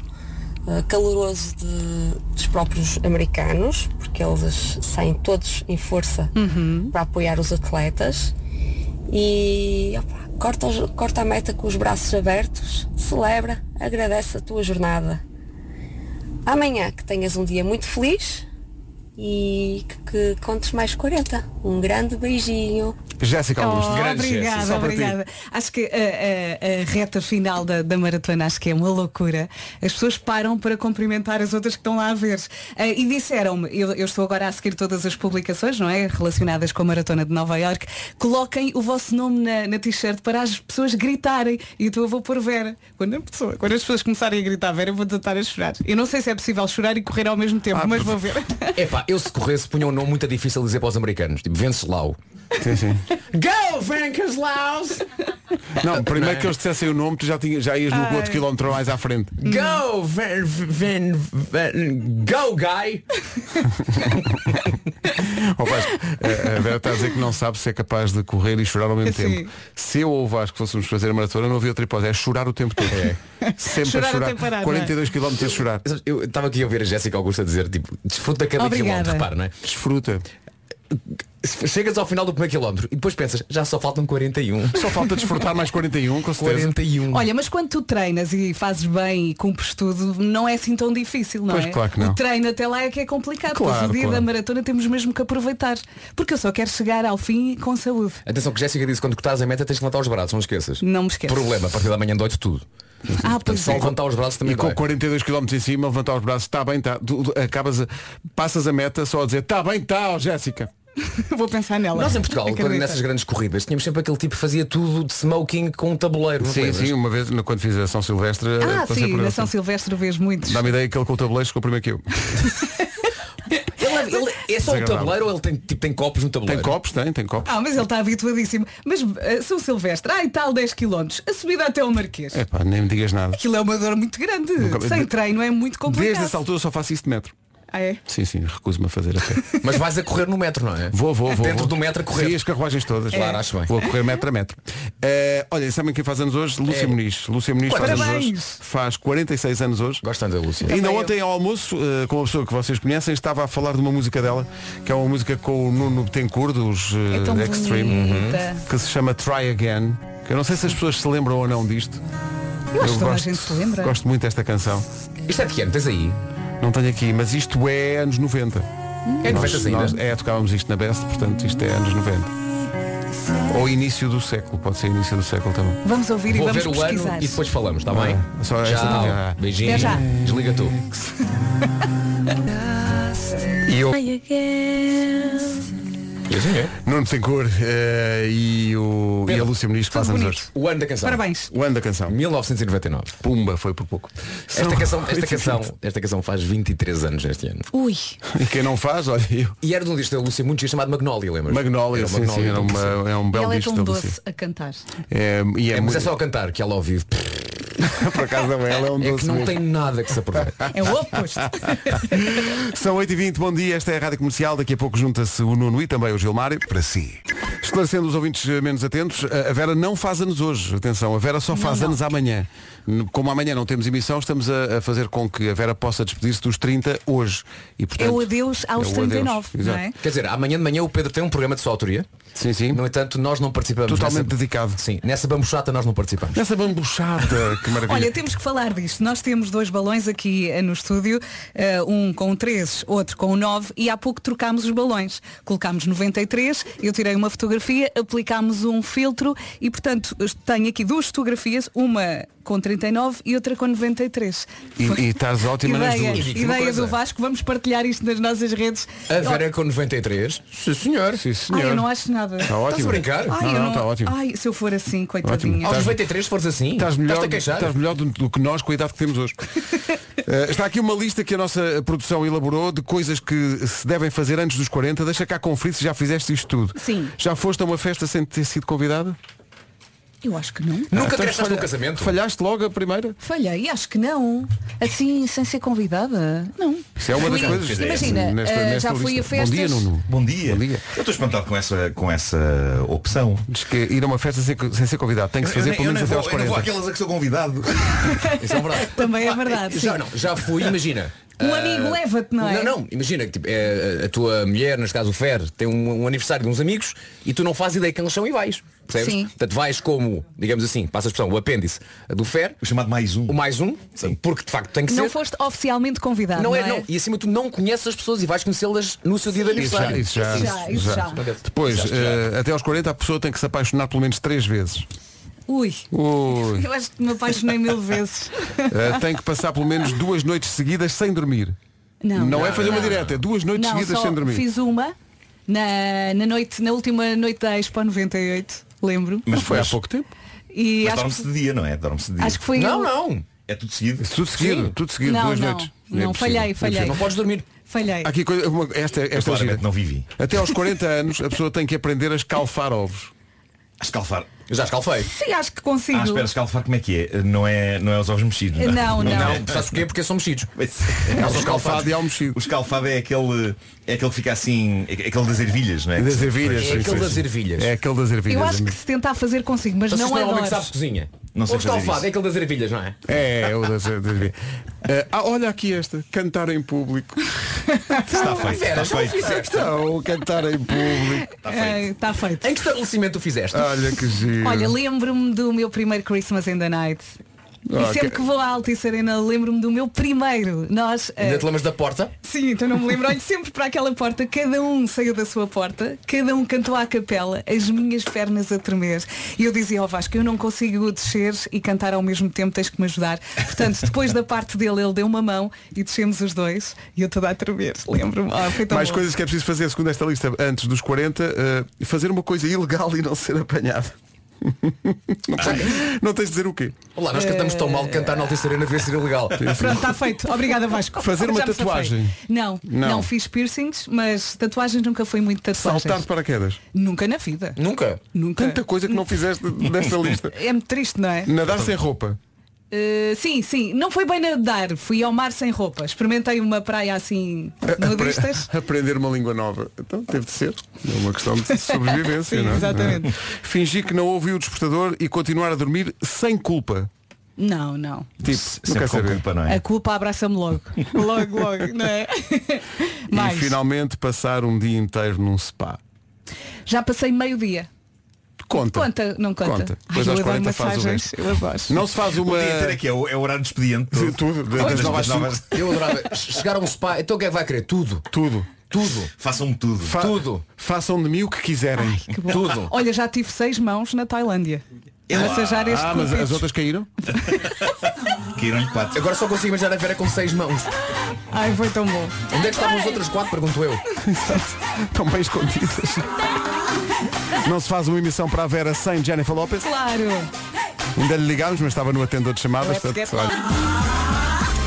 S8: eh, caloroso de- dos próprios americanos, porque eles saem todos em força para apoiar os atletas e opa, corta, os- corta a meta com os braços abertos, celebra, agradece a tua jornada. Amanhã que tenhas um dia muito feliz e que, que contes mais 40. Um grande beijinho.
S1: Jéssica Augusto.
S2: Oh,
S1: grande Jéssica,
S2: obrigada,
S1: só para ti.
S2: obrigada. Acho que a, a- a reta final da, da maratona acho que é uma loucura. As pessoas param para cumprimentar as outras que estão lá a ver. Ah, e disseram-me, eu, eu estou agora a seguir todas as publicações, não é? Relacionadas com a maratona de Nova Iorque, coloquem o vosso nome na, na t-shirt para as pessoas gritarem. E então eu vou pôr Vera. Quando, a pessoa, quando as pessoas começarem a gritar Vera, eu vou tentar a chorar. Eu não sei se é possível chorar e correr ao mesmo tempo, mas vou ver.
S6: Ah, Epá, eu se corresse punha um nome muito difícil de dizer para os americanos. Tipo, Venceslau.
S1: Sim, sim.
S6: Go, Venceslaus!
S1: Não, primeiro que eles dissessem o nome, tu já, tinha, já ias no outro quilómetro mais à frente.
S6: Go, Ven... Ven... Ven- Go, guy!
S1: Ó Vasco, a a Vera está a dizer que não sabe se é capaz de correr e chorar ao mesmo
S2: Sim.
S1: tempo. Se eu ou o Vasco fôssemos fazer a maratona, não havia outra hipótese. É chorar o tempo todo. Sempre
S2: Chorar
S1: a chorar.
S2: até parar, não é?
S1: 42 km a chorar.
S6: Sabes, Eu estava aqui a ouvir a Jéssica Augusta dizer, tipo, desfruta cada
S2: Obrigada.
S6: quilómetro, repara, não é?
S1: Desfruta.
S6: Se- Chegas ao final do primeiro quilómetro e depois pensas, já só faltam 41.
S1: Só falta desfrutar mais 41, com certeza.
S6: 41.
S2: Olha, mas quando tu treinas e fazes bem e cumpres tudo, não é assim tão difícil, não
S1: Pois,
S2: é?
S1: claro que não.
S2: O treino até lá é que é complicado.
S1: Claro,
S2: pois o dia
S1: claro.
S2: da maratona temos mesmo que aproveitar. Porque eu só quero chegar ao fim com saúde.
S6: Atenção que Jéssica disse, quando cortares a meta tens que levantar os braços, não esqueças.
S2: Não me esqueças.
S6: Problema, a partir da manhã dói-te tudo.
S2: Ah,
S6: Portanto,
S2: pois
S6: só
S2: é.
S6: levantar os braços também
S1: E com
S6: dói.
S1: 42 km em cima, levantar os braços, está bem, está. Acabas a- passas a meta só a dizer, está bem, está, ó Jéssica.
S2: Vou pensar nela.
S6: Nós em Portugal, quando
S2: Acredita.
S6: nessas grandes corridas, tínhamos sempre aquele tipo que fazia tudo de smoking com um tabuleiro. não te
S1: Sim,
S6: lembras?
S1: sim, uma vez, no- quando fiz a São Silvestre, eh,
S2: Ah,
S1: passei
S2: sim,
S1: por
S2: na
S1: ele.
S2: São Silvestre vês muitos.
S1: Dá-me ideia que ele com o tabuleiro chegou primeiro que eu.
S6: Ele, ele- é só um
S1: Desagradável.
S6: tabuleiro ou ele tem, tipo, tem copos no
S1: Tem
S6: tabuleiro?
S1: copos? Tem, tem copos.
S2: Ah, mas ele está habituadíssimo. Mas ah, São Silvestre, ai tal 10 km, a subida até ao Marquês.
S6: Ah.
S1: Epá, nem me digas nada.
S2: Aquilo é uma dor muito grande.
S1: É. Nunca-
S2: Sem
S1: de-
S2: treino é muito complicado.
S1: Desde essa altura só faço isso de metro.
S2: Ah, é?
S1: Sim, sim, recuso-me a fazer a pé.
S6: Mas vais a correr no metro, não é?
S1: Vou, vou, vou.
S6: Dentro
S1: vou.
S6: do metro a correr.
S1: Sim, as carruagens todas.
S6: Claro, acho bem.
S1: Vou a correr metro a metro. Eh, olha, sabem quem faz anos hoje?
S6: É.
S1: Lúcia Muniz. Lúcia Muniz faz anos
S2: Parabéns.
S1: hoje. Faz 46 anos hoje.
S6: Gosto tanto da Lúcia.
S1: Ainda ontem ao almoço, eh, com uma pessoa que vocês conhecem, estava a falar de uma música dela, que é uma música com o Nuno Betancourt, dos eh,
S2: É tão
S1: Extreme,
S2: bonita.
S1: que se chama Try Again. Que eu não sei se as pessoas se lembram ou não disto.
S2: Eu acho que toda a
S1: gosto,
S2: gente se lembra.
S1: gosto muito desta canção.
S6: Isto é pequeno, tens aí.
S1: Não tenho aqui, mas isto é anos 90.
S6: É
S1: Nós-
S6: 90 ainda.
S1: nós- é, tocávamos isto na Best, portanto isto é anos 90. Ou início do século, pode ser início do século também.
S2: Vamos ouvir
S6: Vou
S2: e vamos
S6: ver o ano
S2: pesquisar.
S6: e depois falamos, está bem?
S1: Ah, só esta
S6: Tchau.
S1: manhã.
S6: Beijinho.
S2: Até já.
S6: Desliga tu.
S1: E eu,
S6: Dizem é.
S1: Nuno Tencourt eh, e, o, e a
S6: Pedro,
S1: Lúcia Muniz que
S2: tudo
S1: fazem
S2: bonito.
S1: hoje.
S6: O ano da canção.
S2: Parabéns.
S1: O ano da canção.
S6: 1999.
S1: Pumba, foi por pouco.
S6: Esta
S1: São
S6: canção, esta,
S1: 8h20.
S6: canção, esta canção faz 23 anos este ano.
S2: Ui,
S1: E quem não faz, olha eu.
S6: E era de um disco da Lúcia muito giro chamado Magnolia, lembras?
S1: Magnolia,
S6: Era
S1: sim, sim, era
S6: então, sim.
S1: uma, é um belo
S2: ela é
S1: disco
S2: tão
S1: da
S2: doce
S1: Lúcia.
S2: a cantar.
S1: É, e é,
S6: É, mas
S1: muito,
S6: é só a cantar, que ela ao vivo pff,
S1: por acaso não é, ela é um
S6: é
S1: doce
S6: que não
S1: mesmo.
S6: tem nada que se aproveite.
S2: É o oposto.
S1: São 8h20, bom dia, esta é a Rádio Comercial, daqui a pouco junta-se o Nuno e também o Gilmário.
S9: Para si.
S1: Esclarecendo os ouvintes eh, menos atentos, a a Vera não faz anos hoje, atenção, a Vera só faz anos amanhã. N- Como amanhã não temos emissão, estamos a, a fazer com que a Vera possa despedir-se dos 30 hoje. E, portanto,
S2: É o adeus aos
S1: é o adeus,
S2: 39, não é?
S1: exato.
S6: Quer dizer, amanhã de manhã o Pedro tem um programa de sua autoria.
S1: Sim, sim.
S6: No entanto, nós não participamos.
S1: Totalmente
S6: nessa...
S1: dedicado.
S6: Sim, nessa bambuchata nós não participamos.
S1: Nessa bambuchada, que maravilha.
S2: Olha, temos que falar disto. Nós temos dois balões aqui eh, no estúdio, eh, um com 13, outro com 9, e há pouco trocámos os balões. Colocámos 93, eu tirei uma fotografia, aplicámos um filtro e, portanto, est- tenho aqui duas fotografias, uma com 39 e outra com 93.
S1: E- e estás ótima nas
S2: ideia,
S1: duas.
S6: E digo-te uma
S2: Ideia
S6: coisa.
S2: do Vasco, vamos partilhar isto nas nossas redes.
S6: A Vera com 93. Sim, senhor.
S1: Sim, é senhor.
S2: Ai, eu não acho nada.
S1: Está ótimo.
S6: brincar?
S2: Ai,
S1: não,
S2: eu
S1: não, está ótimo.
S2: Ai, se eu for assim, coitadinha.
S1: Ótimo. Tá.
S6: Aos
S1: Estás-
S6: 93 fores assim.
S1: Estás melhor,
S6: a queixar.
S1: estás melhor do, do que nós com a idade que temos hoje. Eh, está aqui uma lista que a nossa produção elaborou de coisas que se devem fazer antes dos 40. Deixa cá conferir se já fizeste isto tudo.
S2: Sim.
S1: Já foste a uma festa sem ter sido convidada?
S2: Eu acho que não.
S6: Nunca
S1: Então
S6: cresces
S1: falha-
S6: no um casamento.
S1: Falhaste logo a primeira?
S2: Falhei, acho que não. Assim, sem ser convidada. Não.
S1: Isso é uma das
S2: Fui-
S1: coisas. É,
S2: Imagina,
S1: nesta-
S2: eh,
S1: nesta
S2: já fui
S1: lista.
S2: a festas.
S1: Bom dia, Nuno.
S10: Bom dia.
S1: Bom dia.
S10: Eu estou espantado com essa, com essa opção.
S1: Diz que ir a uma festa sem, sem ser convidado tem que se fazer
S10: eu,
S1: pelo
S10: eu
S1: menos
S10: nem
S1: até
S10: vou,
S1: aos
S10: eu nem
S1: 40.
S10: vou àquelas a que sou convidado.
S6: Isso é verdade.
S2: Também é verdade.
S6: Já,
S2: sim.
S6: não, já fui, imagina.
S2: Um
S6: ah,
S1: Eh,
S2: amigo leva-te, não
S6: Não,
S2: é?
S6: não, imagina que tipo, é, a tua mulher, neste caso o Fer, tem um, um aniversário de uns amigos e tu não fazes ideia quem eles são e vais. Percebes?
S2: Sim.
S6: Portanto, vais como, digamos assim, passa a expressão, o apêndice do Fer,
S10: O chamado mais um.
S6: o mais um, porque de facto tem que
S2: Não
S6: ser.
S2: foste oficialmente convidado. Não,
S6: Não é, não. E acima tu não conheces as pessoas e vais conhecê-las no seu dia de
S1: Isso já,
S6: aniversário.
S1: isso já,
S2: Isso já, isso já.
S1: Depois, eh, até aos 40 a pessoa tem que se apaixonar pelo menos três vezes.
S2: Ui.
S1: Ui.
S2: Eu acho que me apaixonei mil vezes.
S1: Uh, tem que passar pelo menos duas noites seguidas sem dormir.
S2: Não,
S1: Não, é fazer uma direta, é duas noites
S2: Não,
S1: seguidas
S2: só
S1: sem dormir.
S2: fiz uma na, na noite, na última noite da Expo 98, lembro.
S1: Mas foi há pouco tempo.
S2: E
S10: Mas
S2: acho,
S10: dorme-se de dia, não é? Dorme-se de dia.
S2: acho que foi.
S6: Não,
S2: eu-
S6: não.
S10: É tudo seguido.
S1: Tudo seguido, tudo seguido,
S2: Não,
S1: duas
S2: não.
S1: noites.
S2: Não,
S1: É impossível.
S2: falhei, falhei.
S6: Não podes dormir.
S2: Falhei.
S1: Há Aqui coisa, uma- esta,
S10: Eu
S1: esta é gira.
S10: claramente não vivi.
S1: Até aos 40 anos a pessoa tem que aprender a escalfar ovos.
S10: A escalfar.
S6: Eu já escalfei.
S2: Sim, acho que consigo.
S10: Ah, espera, escalfar como é que é? Não é, não é os ovos mexidos.
S2: Não, não.
S6: Não, sabes porquê? Porque são mexidos.
S10: Mas-
S6: Não
S1: Escalfado
S6: são escalfados.
S1: É e
S10: O
S1: almexido.
S10: escalfado é aquele, é aquele que fica assim, é aquele das ervilhas, não é?
S1: Das ervilhas.
S6: É
S1: sim,
S6: aquele
S1: sim,
S6: das
S1: sim.
S6: ervilhas.
S1: É aquele das ervilhas.
S2: Eu acho que se tentar fazer consigo, mas
S6: Vocês
S2: não
S6: é um homem
S2: adoro.
S6: que sabe cozinha.
S10: Não sei
S6: o
S10: fazer
S6: escalfado
S10: isso.
S6: é aquele das ervilhas, não é?
S1: É, é o das, das ervilhas. Eh, ah, olha aqui esta, cantar em público.
S10: Está feito.
S6: Vera,
S10: Está
S6: já o
S10: feito.
S6: fizeste.
S1: Então, cantar em público.
S10: Está feito.
S2: É, Está feito.
S6: Em que estabelecimento tu fizeste?
S1: Olha que giro.
S2: Olha, lembro-me do meu primeiro Christmas in the Night.
S1: Ah,
S2: e sempre
S1: que-
S2: que vou à Altice Arena, lembro-me do meu primeiro. Nós. eh,
S6: Ainda te lembras da porta?
S2: Sim, então não me lembro. Olho sempre para aquela porta. Cada um saiu da sua porta, cada um cantou à capela, as minhas pernas a tremer. E eu dizia ao Vasco, eu não consigo descer e cantar ao mesmo tempo, tens que me ajudar. Portanto, depois da parte dele, ele deu uma mão e descemos os dois e eu toda a tremer. Lembro-me. Ah, foi tão
S1: Mais
S2: bom.
S1: coisas que é preciso fazer, segundo esta lista, antes dos 40, eh, fazer uma coisa ilegal e não ser apanhado. não, tens, não tens de dizer o quê?
S6: Ah, é. Olá, nós cantamos tão mal que cantar na Altice Arena devia ser ilegal.
S2: Pronto, está feito. Obrigada, Vasco.
S1: Fazer uma
S2: Já me safei.
S1: tatuagem.
S2: Não,
S1: Não.
S2: não, fiz piercings, mas tatuagens nunca foi muito tatuagens.
S1: Saltar de paraquedas.
S2: Nunca na vida.
S6: Nunca.
S2: Nunca.
S1: Tanta coisa que não fizeste nesta lista.
S2: É muito triste, não é?
S1: Nadar sem roupa.
S2: Uh, sim, sim. Não foi bem nadar. Fui ao mar sem roupa. Experimentei uma praia assim nudistas.
S1: Apre- Aprender uma língua nova. Então teve de ser. É uma questão de sobrevivência.
S2: Sim,
S1: não é?
S2: exatamente.
S1: Fingir que não ouvi o despertador e continuar a dormir sem culpa.
S2: Não, não.
S1: Tipo, não
S10: Sempre
S1: quer
S10: com
S1: saber.
S10: culpa, não é?
S2: A culpa abraça-me logo. Logo, logo, não é? Mas
S1: E finalmente passar um dia inteiro num spa.
S2: já passei meio-dia.
S1: Conta.
S2: Conta, não conta.
S1: Conta.
S2: Ai,
S1: Depois
S2: eu
S1: aos
S2: adoro
S1: 40 faz o
S2: massagens.
S1: resto.
S2: Eu adoro.
S1: Não se faz uma.
S10: O dia inteiro aqui é o, é o horário de expediente.
S1: Sim,
S10: todo.
S1: tudo. Das nove às cinco.
S6: Eu adorava. Chegar a um spa, então quem é que vai querer? Tudo.
S1: Tudo.
S6: Tudo.
S10: Façam-me tudo.
S1: Fa-
S6: Tudo.
S1: Façam de mim o que quiserem.
S2: Que bom.
S6: Tudo.
S2: Olha, já tive seis mãos na Tailândia. Massajar este
S1: ah, mas
S2: cupido.
S1: as outras caíram?
S10: Caíram-lhe quatro.
S6: Agora só consigo imaginar a Vera com seis mãos.
S2: Ai, foi tão bom.
S6: Onde é que estavam as outras quatro? Pergunto eu.
S1: Estão bem escondidas. Não se faz uma emissão para a Vera sem Jennifer Lopez.
S2: Claro. É,
S1: Ainda lhe ligámos, mas estava no atendor de chamadas.
S2: Let's get
S1: portanto, olha.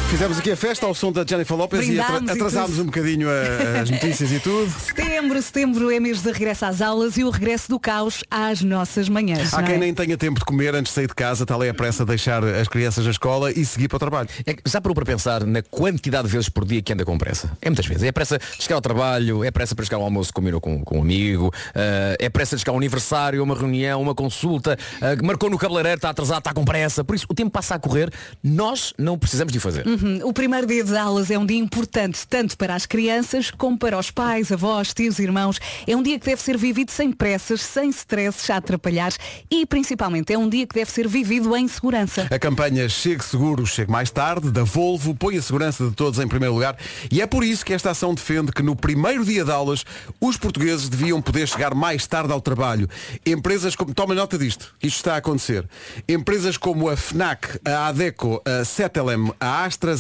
S1: Fizemos aqui a festa ao som da Jennifer Lopez e
S2: Brindámos
S1: atra-
S2: e
S1: atrasámos
S2: tudo.
S1: um bocadinho a- as notícias e tudo.
S2: Setembro, setembro é mês de regresso às aulas e o regresso do caos às nossas manhãs.
S1: Há
S2: não
S1: quem
S2: é?
S1: nem tenha tempo de comer antes de sair de casa, tal é a pressa de deixar as crianças na escola e seguir para o trabalho.
S6: É que já parou para pensar na quantidade de vezes por dia que anda com pressa? É muitas vezes. É pressa de chegar ao trabalho, é pressa para chegar ao almoço que combinou com, com um amigo, ah, é pressa de chegar a um aniversário, uma reunião, uma consulta, ah, que marcou no cabeleireiro, está atrasado, está com pressa. Por isso, o tempo passa a correr, nós não precisamos de o fazer.
S2: Uhum. O primeiro dia de aulas é um dia importante tanto para as crianças como para os pais, avós, tios, irmãos. É um dia que deve ser vivido sem pressas, sem stresses a atrapalhar e principalmente é um dia que deve ser vivido em segurança.
S1: A campanha Chegue Seguro, Chegue Mais Tarde, da Volvo, põe a segurança de todos em primeiro lugar e é por isso que esta ação defende que no primeiro dia de aulas os portugueses deviam poder chegar mais tarde ao trabalho. Empresas como, tomem nota disto, isto está a acontecer. Empresas como a FNAC, a ADECO, a Cetelem, a AstraZeneca,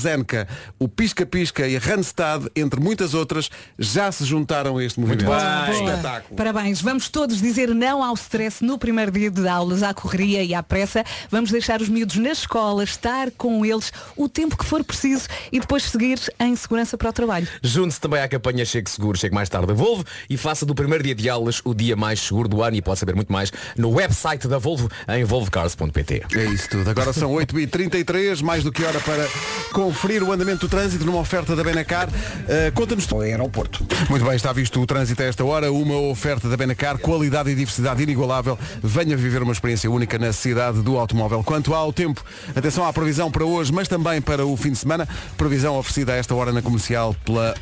S1: o Pisca Pisca e a Randstad, entre muitas outras, já se juntaram a este movimento.
S2: Espetáculo. Parabéns. Vamos todos dizer não ao stress no primeiro dia de aulas, à correria e à pressa. Vamos deixar os miúdos na escola, estar com eles o tempo que for preciso e depois seguir em segurança para o trabalho.
S6: Junte-se também à campanha Chegue Seguro, Chegue Mais Tarde da Volvo e faça do primeiro dia de aulas o dia mais seguro do ano e pode saber muito mais no website da Volvo em volvocars.pt.
S1: É isso tudo. Agora são 8h33, mais do que hora para conferir o andamento do trânsito numa oferta da Benacar. Eh, Conta-nos tu.
S5: Estou em aeroporto.
S1: Muito bem, está visto o trânsito a esta hora. Uma oferta da Benacar, qualidade e diversidade inigualável. Venha viver uma experiência única na cidade do automóvel. Quanto ao tempo, atenção à previsão para hoje, mas também para o fim de semana. Previsão oferecida a esta hora na comercial pela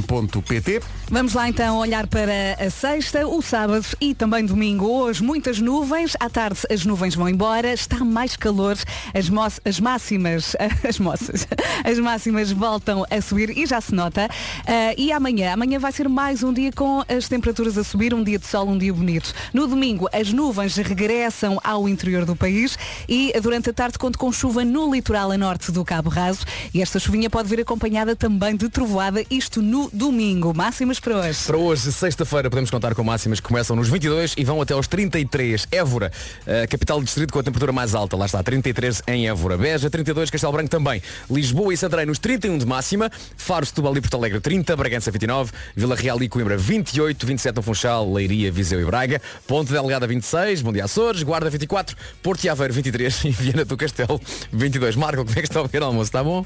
S1: Oxam.pt.
S2: Vamos lá então olhar para a sexta, o sábado e também domingo. Hoje muitas nuvens, à tarde as nuvens vão embora, está mais calor, as, mo- as máximas, as moças, as máximas voltam a subir e já se nota. Ah, e amanhã, amanhã vai ser mais um dia com as temperaturas a subir, um dia de sol, um dia bonito. No domingo as nuvens regressam ao interior do país e durante a tarde conto com chuva no litoral a norte do Cabo Raso e esta chuvinha pode vir acompanhada também de trovoada, isto no domingo. Máximas para hoje.
S6: Para hoje, sexta-feira, podemos contar com máximas que começam nos 22 e vão até aos 33. Évora, eh, capital do distrito com a temperatura mais alta. Lá está, 33 em Évora. Beja, 32, Castelo Branco também. Lisboa e Santarém nos 31 de máxima. Faro, Setúbal e Porto Alegre 30, Bragança 29, Vila Real e Coimbra 28, 27 no Funchal, Leiria, Viseu e Braga, Ponte Delgada 26, Bom Dia Açores, Guarda 24, Porto e Aveiro 23 e Viana do Castelo 22. Marco, como é que está o pequeno almoço? Está bom?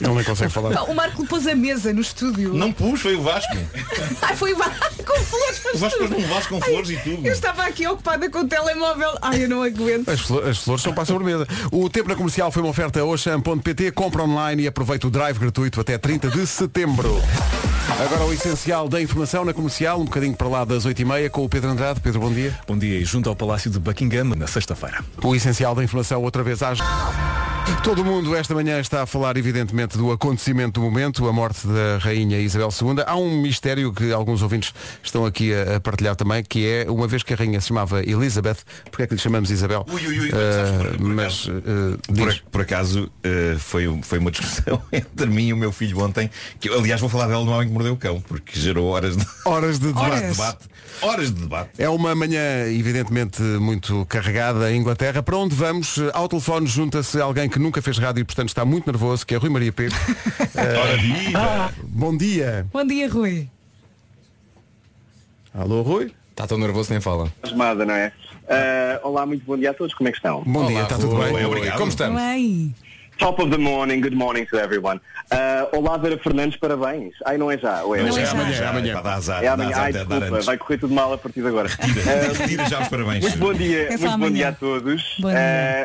S1: Não nem consegue falar.
S2: Pá, O Marco pôs a mesa no estúdio.
S10: Não pus, foi o Vasco.
S2: Ai, foi o Vasco com flores. faz
S10: O Vasco
S2: tudo.
S10: pôs num vaso com
S2: Ai,
S10: flores e tudo.
S2: Eu estava aqui ocupada com o telemóvel. Ai, eu não aguento.
S1: As flores, as flores são para a sobremesa. O tempo na comercial foi uma oferta a Oxam.pt. Compra online e aproveita o drive gratuito até 30 de setembro. Agora o essencial da informação na comercial, um bocadinho para lá das 8h30 com o Pedro Andrade. Pedro, bom dia.
S3: Bom dia e junto ao Palácio de Buckingham na sexta-feira.
S1: O essencial da informação outra vez às... Todo mundo esta manhã está a falar evidentemente do acontecimento do momento, a morte da rainha Isabel II. Há um mistério que alguns ouvintes estão aqui a, a partilhar também, que é, uma vez que a rainha se chamava Elizabeth, porque é que lhe chamamos Isabel?
S10: Ui, ui, ui,
S1: Eh,
S10: sabes, por- por
S1: mas eh,
S10: Por,
S1: diz.
S10: por acaso eh, foi, um- foi uma discussão entre mim e o meu filho ontem, que eu, aliás vou falar dela no homem que mordeu o cão, porque gerou horas de
S1: eh, Horas de debate.
S10: horas de debate. Horas de debate.
S1: É uma manhã, evidentemente, muito carregada em Inglaterra. Para onde vamos? Ao telefone junta-se alguém que nunca fez rádio e, portanto, está muito nervoso, que é Rui Maria Pego.
S10: Hora viva.
S1: Bom dia.
S2: Bom dia, Rui.
S1: Alô, Rui?
S10: Tá
S6: Está tão nervoso nem fala.
S11: entusiasmada, não é? Ah, olá, muito bom dia a todos, como é que estão?
S1: Bom
S6: Olá,
S1: dia, está tudo
S6: Rui.
S1: bem?
S10: Obrigado.
S6: Como estamos?
S2: Bem.
S11: Top of the morning, good morning to everyone. Ah, olá, Vera Fernandes, parabéns. Ai, não é já, ou é,
S2: Não é já.
S10: amanhã, amanhã. Dá azar,
S11: É
S10: dá
S11: amanhã,
S10: azar,
S11: ai,
S10: dá- dá
S11: desculpa,
S10: antes.
S11: vai correr tudo mal a partir de agora. Ah,
S10: Retira, retira já os parabéns.
S11: Muito bom dia,
S2: É só
S11: muito bom
S2: amanhã.
S11: dia a todos.
S2: Bom dia.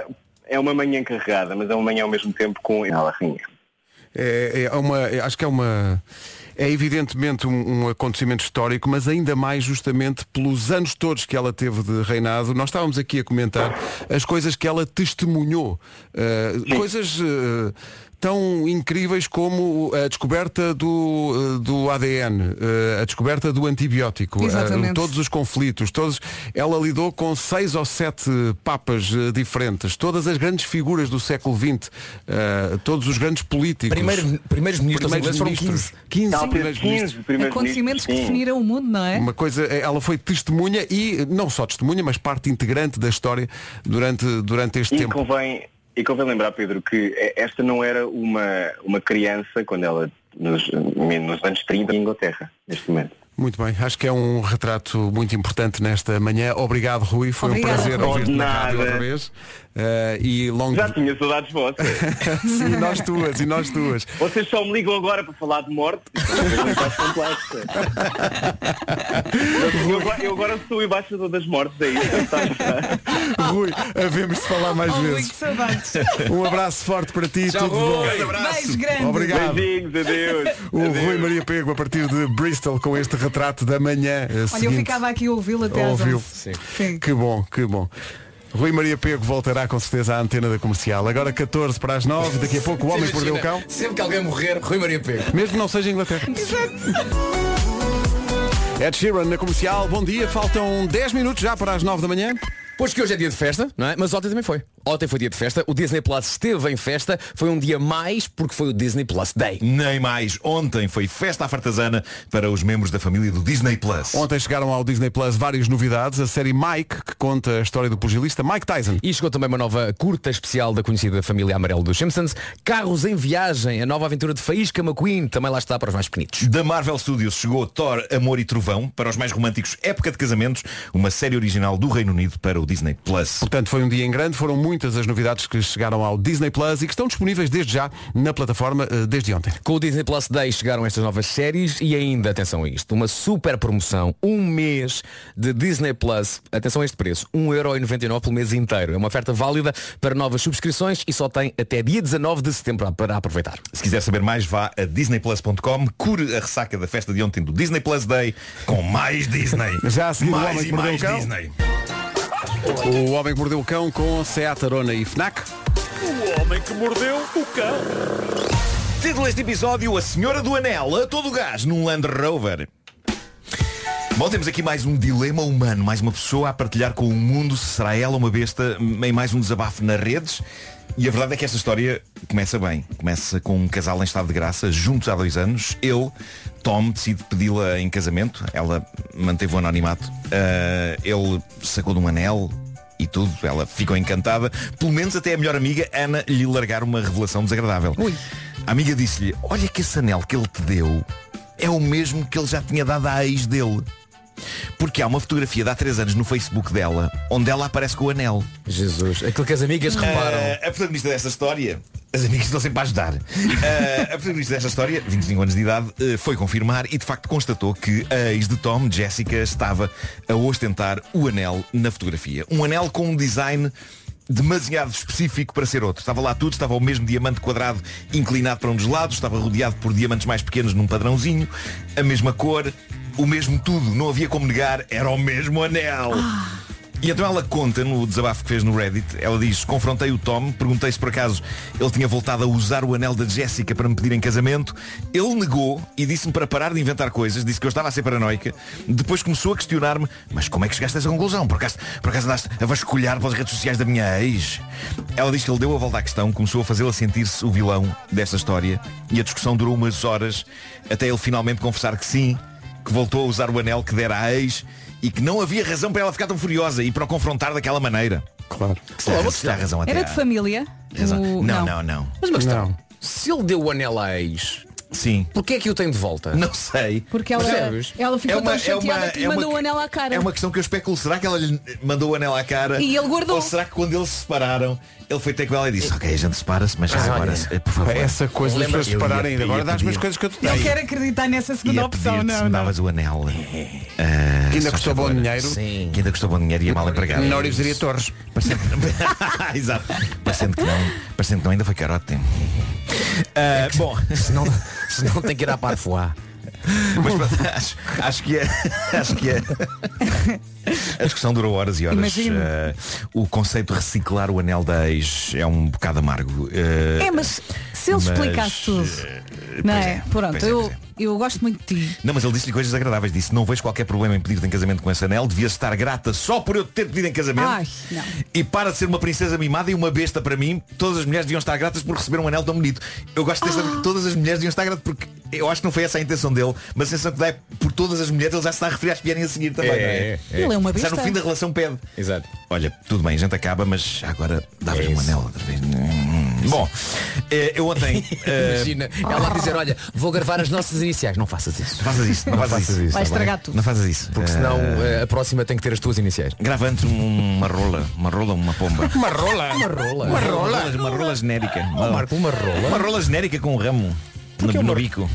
S11: Ah, é uma manhã um assim, carregada, mas é uma manhã ao mesmo tempo com ela, rainha.
S1: É, é uma, é- acho que é uma. é evidentemente um, um acontecimento histórico, mas ainda mais justamente pelos anos todos que ela teve de reinado. Nós estávamos aqui a comentar as coisas que ela testemunhou. Uh, coisas uh, tão incríveis como a descoberta do, uh, do ADN, uh, a descoberta do antibiótico, uh,
S2: Exatamente.
S1: todos os conflitos, todos. Ela lidou com seis ou sete papas uh, diferentes, todas as grandes figuras do século XX, uh, todos os grandes políticos.
S6: Primeiro- primeiros ministros
S1: Primeiros
S6: ingleses foram
S1: ministros.
S6: 15.
S1: 15
S11: Talvez
S1: primeiros
S11: 15
S1: ministros.
S11: primeiros
S2: Acontecimentos que
S11: ministros, sim.
S2: definiram o mundo, não é?
S1: Uma coisa, ela foi testemunha e não só testemunha, mas parte integrante da história durante, durante este
S11: E
S1: tempo.
S11: convém, e convém lembrar, Pedro, que eh, esta não era uma, uma criança quando ela, nos, nos anos 30, em Inglaterra, neste momento.
S1: Muito bem, acho que é um retrato muito importante nesta manhã. Obrigado, Rui. Foi
S2: Obrigada,
S1: um prazer
S2: Rui.
S1: ouvir-te na
S11: Nada.
S1: rádio outra vez. Eh, e longo.
S11: Já tinha saudades vossas.
S1: Sim, nós duas, e nós duas.
S11: Vocês só me ligam agora para falar de morte. Isto é um caso complexo. Eu, agora- eu agora sou o embaixador das mortes, é isso.
S1: Rui, havemos de falar mais
S2: Oh, Rui, que
S1: vezes.
S2: saudades.
S1: Um abraço forte para ti, tudo de bom.
S2: Beijo grande.
S1: Obrigado.
S11: Beijinhos, adeus.
S1: O Rui Maria Pego a partir de Bristol com este retrato da manhã. eh,
S2: Olha, eu
S1: seguinte.
S2: ficava aqui a ouvi-lo até às
S1: Ouviu?
S2: 11. Sim.
S1: Que bom, que bom. Rui Maria Pego voltará com certeza à antena da comercial. Agora 14 para as 9, daqui a pouco o homem que mordeu o cão.
S6: Sempre que alguém morrer, Rui Maria Pego.
S1: Mesmo que não seja Inglaterra. Ed Sheeran na comercial, bom dia, faltam 10 minutos já para as 9 da manhã.
S6: Pois que hoje é dia de festa, não é? Mas ontem também foi. Ontem foi dia de festa, o Disney Plus esteve em festa, foi um dia mais porque foi o Disney Plus Day.
S10: Nem mais. Ontem foi festa à fartazana para os membros da família do Disney Plus.
S1: Ontem chegaram ao Disney Plus várias novidades, a série Mike, que conta a história do pugilista Mike Tyson.
S6: E chegou também uma nova curta especial da conhecida família Amarelo dos Simpsons, Carros em Viagem, a nova aventura de Faísca McQueen, também lá está para os mais pequenitos.
S10: Da Marvel Studios chegou Thor, Amor e Trovão, para os mais românticos Época de Casamentos, uma série original do Reino Unido para o Disney Plus.
S1: Portanto, foi um dia em grande, foram muitas as novidades que chegaram ao Disney Plus e que estão disponíveis desde já na plataforma eh, desde ontem.
S6: Com o Disney Plus Day chegaram estas novas séries e ainda, atenção a isto, uma super promoção, um mês de Disney Plus, atenção a este preço, 1,99€ pelo mês inteiro. É uma oferta válida para novas subscrições e só tem até dia 19 de setembro para aproveitar.
S10: Se quiser saber mais, vá a disneyplus.com, cure a ressaca da festa de ontem do Disney Plus Day com mais Disney.
S1: Já a seguir, o Homem
S10: mais
S1: que
S10: e
S1: Mordeu o
S10: mais
S1: Cão.
S10: Disney.
S1: O Homem que Mordeu o Cão com Seat Arona e FNAC.
S10: Título deste episódio, a Senhora do Anel, a todo gás, num Land Rover. Bom, temos aqui mais um dilema humano, mais uma pessoa a partilhar com o mundo se será ela uma besta em mais um desabafo nas redes. E a verdade é que esta história começa bem. Começa com um casal em estado de graça, juntos há dois anos. Ele, Tom, decide pedi-la em casamento. Ela manteve o anonimato. Ah, ele sacou de um anel e tudo. Ela ficou encantada. Pelo menos até a melhor amiga, Ana, lhe largar uma revelação desagradável. A amiga disse-lhe, olha que esse anel que ele te deu é o mesmo que ele já tinha dado à ex dele. Porque há uma fotografia de há 3 anos no Facebook dela onde ela aparece com o anel.
S6: Jesus, aquilo que as amigas reparam.
S10: Ah, a protagonista desta história, as amigas estão sempre a ajudar. Ah, a protagonista desta história, 25 anos de idade, eh, foi confirmar e de facto constatou que a ex de Tom, Jessica, estava a ostentar o anel na fotografia. Um anel com um design demasiado específico para ser outro. Estava lá tudo, estava o mesmo diamante quadrado inclinado para um dos lados, estava rodeado por diamantes mais pequenos num padrãozinho, a mesma cor, o mesmo tudo, não havia como negar, era o mesmo anel. E então ela conta no desabafo que fez no Reddit, ela diz, confrontei o Tom, perguntei se por acaso ele tinha voltado a usar o anel da Jessica para me pedir em casamento. Ele negou e disse-me para parar de inventar coisas, disse que eu estava a ser paranoica. Depois começou a questionar-me, mas como é que chegaste a essa conclusão? Por acaso, por acaso andaste a vasculhar pelas redes sociais da minha ex? Ela diz que ele deu a volta à questão, começou a fazê-la sentir-se o vilão desta história e a discussão durou umas horas até ele finalmente confessar que sim, que voltou a usar o anel que dera à ex e que não havia razão para ela ficar tão furiosa e para o confrontar daquela maneira.
S1: Claro.
S10: Que se dá- se dá razão até
S2: Era
S10: à-
S2: de família?
S10: razão.
S2: O-
S10: Não, não, Oh, não.
S6: Mas uma questão,
S1: Não.
S6: se ele deu o anel à ex,
S10: Sim.
S6: porquê é que eu tenho de volta?
S10: Não sei.
S2: Porque ela, é
S6: Percebes?
S2: ela ficou tão chateada que lhe
S10: é uma-
S2: mandou o anel à cara.
S10: É uma questão que eu especulo. Será que ela lhe mandou o anel à cara?
S2: E ele guardou.
S10: Ou será que quando eles se separaram, ele foi ter com ela e disse, ok, a gente separa-se, mas já agora, eh, por favor.
S1: É Essa coisa das
S10: Lembra-
S1: pessoas
S10: Eu ia-
S1: separarem
S10: eu ia
S1: agora das
S10: pedir-
S1: minhas coisas que eu te
S2: Não
S1: dei.
S2: quero acreditar nessa segunda
S10: Ia
S2: opção,
S10: pedir-te se
S2: não,
S10: me
S2: não.
S10: davas o anel. Ah,
S1: Que ainda
S10: só
S1: custou
S10: favor.
S1: bom dinheiro.
S10: Sim. Que ainda custou bom dinheiro e é mal empregado.
S1: Na Orivesaria Torres.
S10: Parecendo... Exato. Parecendo que não. Parecendo que não ainda foi carote. Ah, bom.
S6: Senão, senão tem que ir à Parfois.
S10: Mas pronto, acho, acho que é. Acho que é. A discussão durou horas e horas.
S2: Imagino.
S10: Eh, o conceito de reciclar o anel da ex é um bocado amargo. Eh,
S2: É, mas se ele
S10: mas,
S2: explicasse tudo,
S10: eh,
S2: não
S10: pois
S2: é?
S10: é,
S2: Pronto,
S10: pois é,
S2: eu,
S10: pois é.
S2: eu gosto muito de ti.
S10: Não, mas ele disse-lhe coisas agradáveis. Disse, não vejo qualquer problema em pedir-te em casamento com esse anel. Devias estar grata só por eu te ter pedido em casamento.
S2: Ai, não.
S10: E para de ser uma princesa mimada e uma besta para mim, todas as mulheres deviam estar gratas por receber um anel tão bonito. Eu gosto desta...
S2: Ah.
S10: Todas as mulheres deviam estar gratas porque eu acho que não foi essa a intenção dele, mas a sensação que dá é por todas as mulheres ele já se está a referir às que vierem a seguir também.
S6: É,
S10: não é?
S6: é, é. Ele é uma
S10: Já no
S6: besta.
S10: fim da relação pede.
S6: Exato.
S10: Olha, tudo bem, a gente acaba, mas agora davas
S6: É
S10: um
S6: isso.
S10: anel outra vez. Hum, Bom, eh, eu ontem. eh,
S6: Imagina, ela a dizer, olha, vou gravar as nossas iniciais. Não faças isso.
S10: Não faças isso, não, faças isso.
S2: Vai
S10: tá bem?
S2: estragar tudo.
S10: Não faças isso.
S6: Porque senão eh, a próxima tem que ter as tuas iniciais.
S10: Grava antes um- uma rola, uma rola, uma pomba.
S1: Uma rola.
S6: Uma rola.
S10: Uma rola, uma rola genérica. Uma,
S6: Marco, uma rola.
S10: uma rola genérica com um ramo no,
S6: Porquê
S10: no
S6: uma-
S10: bico.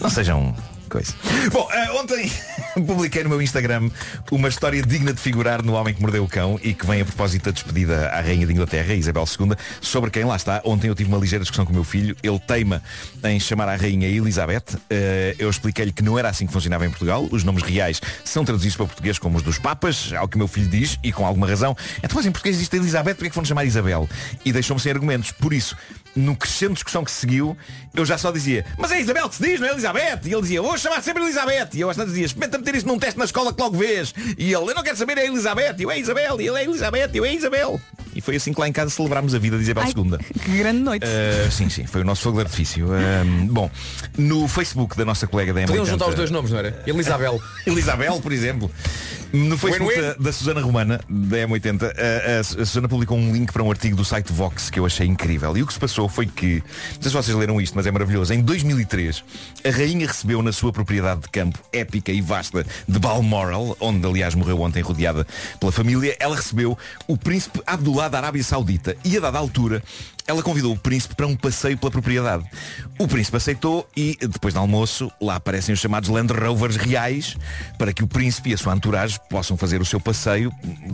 S10: Não sejam coisa. Bom, eh, ontem publiquei no meu Instagram uma história digna de figurar no Homem que Mordeu o Cão e que vem a propósito da despedida à Rainha de Inglaterra, Isabel II, sobre quem lá está. Ontem eu tive uma ligeira discussão com o meu filho. Ele teima em chamar a Rainha Elizabeth. Eh, eu expliquei-lhe que não era assim que funcionava em Portugal. Os nomes reais são traduzidos para português como os dos Papas, ao que o meu filho diz, e com alguma razão. Então, mas em português existe Elizabeth, porque é que foram chamar Isabel? E deixou-me sem argumentos. Por isso, no crescendo discussão que seguiu, eu já só dizia, mas é Isabel que se diz, não é Elizabeth? E ele dizia, vou chamar sempre Elizabeth. E eu às tantas dizia, experimenta meter isso num teste na escola que logo vês. E ele, eu não quero saber, é Elizabeth, eu é Isabel, e ele é Elizabeth, eu é Isabel. E foi assim que lá em casa celebrámos a vida de Isabel
S2: Ai,
S10: II.
S2: que grande noite.
S10: Ah, sim, sim, foi o nosso fogo de artifício. Ah, bom, no Facebook da nossa colega da
S6: Podiam
S10: M80,
S6: juntar os dois nomes, não era? Elisabel.
S10: Elisabel, por exemplo. No Facebook
S6: Win-win.
S10: da, da Susana Romana, da M80, a, a- a Susana publicou um link para um artigo do site Vox que eu achei incrível. E o que se passou foi que, não sei se vocês leram isto, mas é maravilhoso. Em 2003, a rainha recebeu na sua propriedade de campo épica e vasta de Balmoral, onde aliás morreu ontem rodeada pela família, ela recebeu o príncipe Abdullah da Arábia Saudita. E a dada altura, ela convidou o príncipe para um passeio pela propriedade. O príncipe aceitou e, depois do almoço, lá aparecem os chamados Land Rovers reais para que o príncipe e a sua entourage possam fazer o seu passeio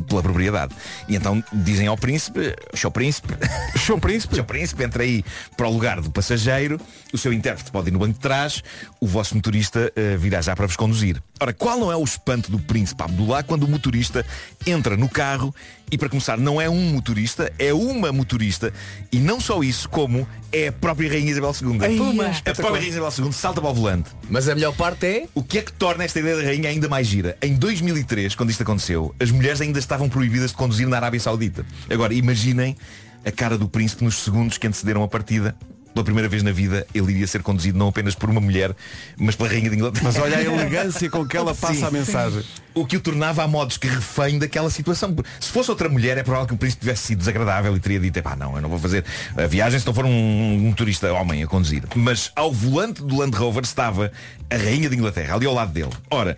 S10: pela propriedade. E então dizem ao príncipe, show príncipe,
S1: Show príncipe.
S10: Sr. Príncipe, entra aí para o lugar do passageiro, o seu intérprete pode ir no banco de trás, o vosso motorista eh, virá já para vos conduzir. Ora, qual não é o espanto do Príncipe Abdullah quando o motorista entra no carro e, para começar, não é um motorista, é uma motorista, e não só isso, como é a própria Rainha Isabel II.
S2: Puma,
S10: a própria Rainha Isabel II salta para o volante.
S6: Mas a melhor parte é.
S10: O que é que torna esta ideia da rainha ainda mais gira? Em 2003, quando isto aconteceu, as mulheres ainda estavam proibidas de conduzir na Arábia Saudita. Agora, imaginem a cara do príncipe nos segundos que antecederam a partida. Pela primeira vez na vida, ele iria ser conduzido não apenas por uma mulher, mas pela rainha de Inglaterra.
S1: Mas olha a elegância com que ela passa
S10: Sim.
S1: a mensagem.
S10: O que o tornava a modos que refém daquela situação. Se fosse outra mulher, é provável que o príncipe tivesse sido desagradável e teria dito, pá, não, eu não vou fazer a viagem se não for um, um turista homem a conduzir. Mas ao volante do Land Rover estava a Rainha de Inglaterra, ali ao lado dele. Ora,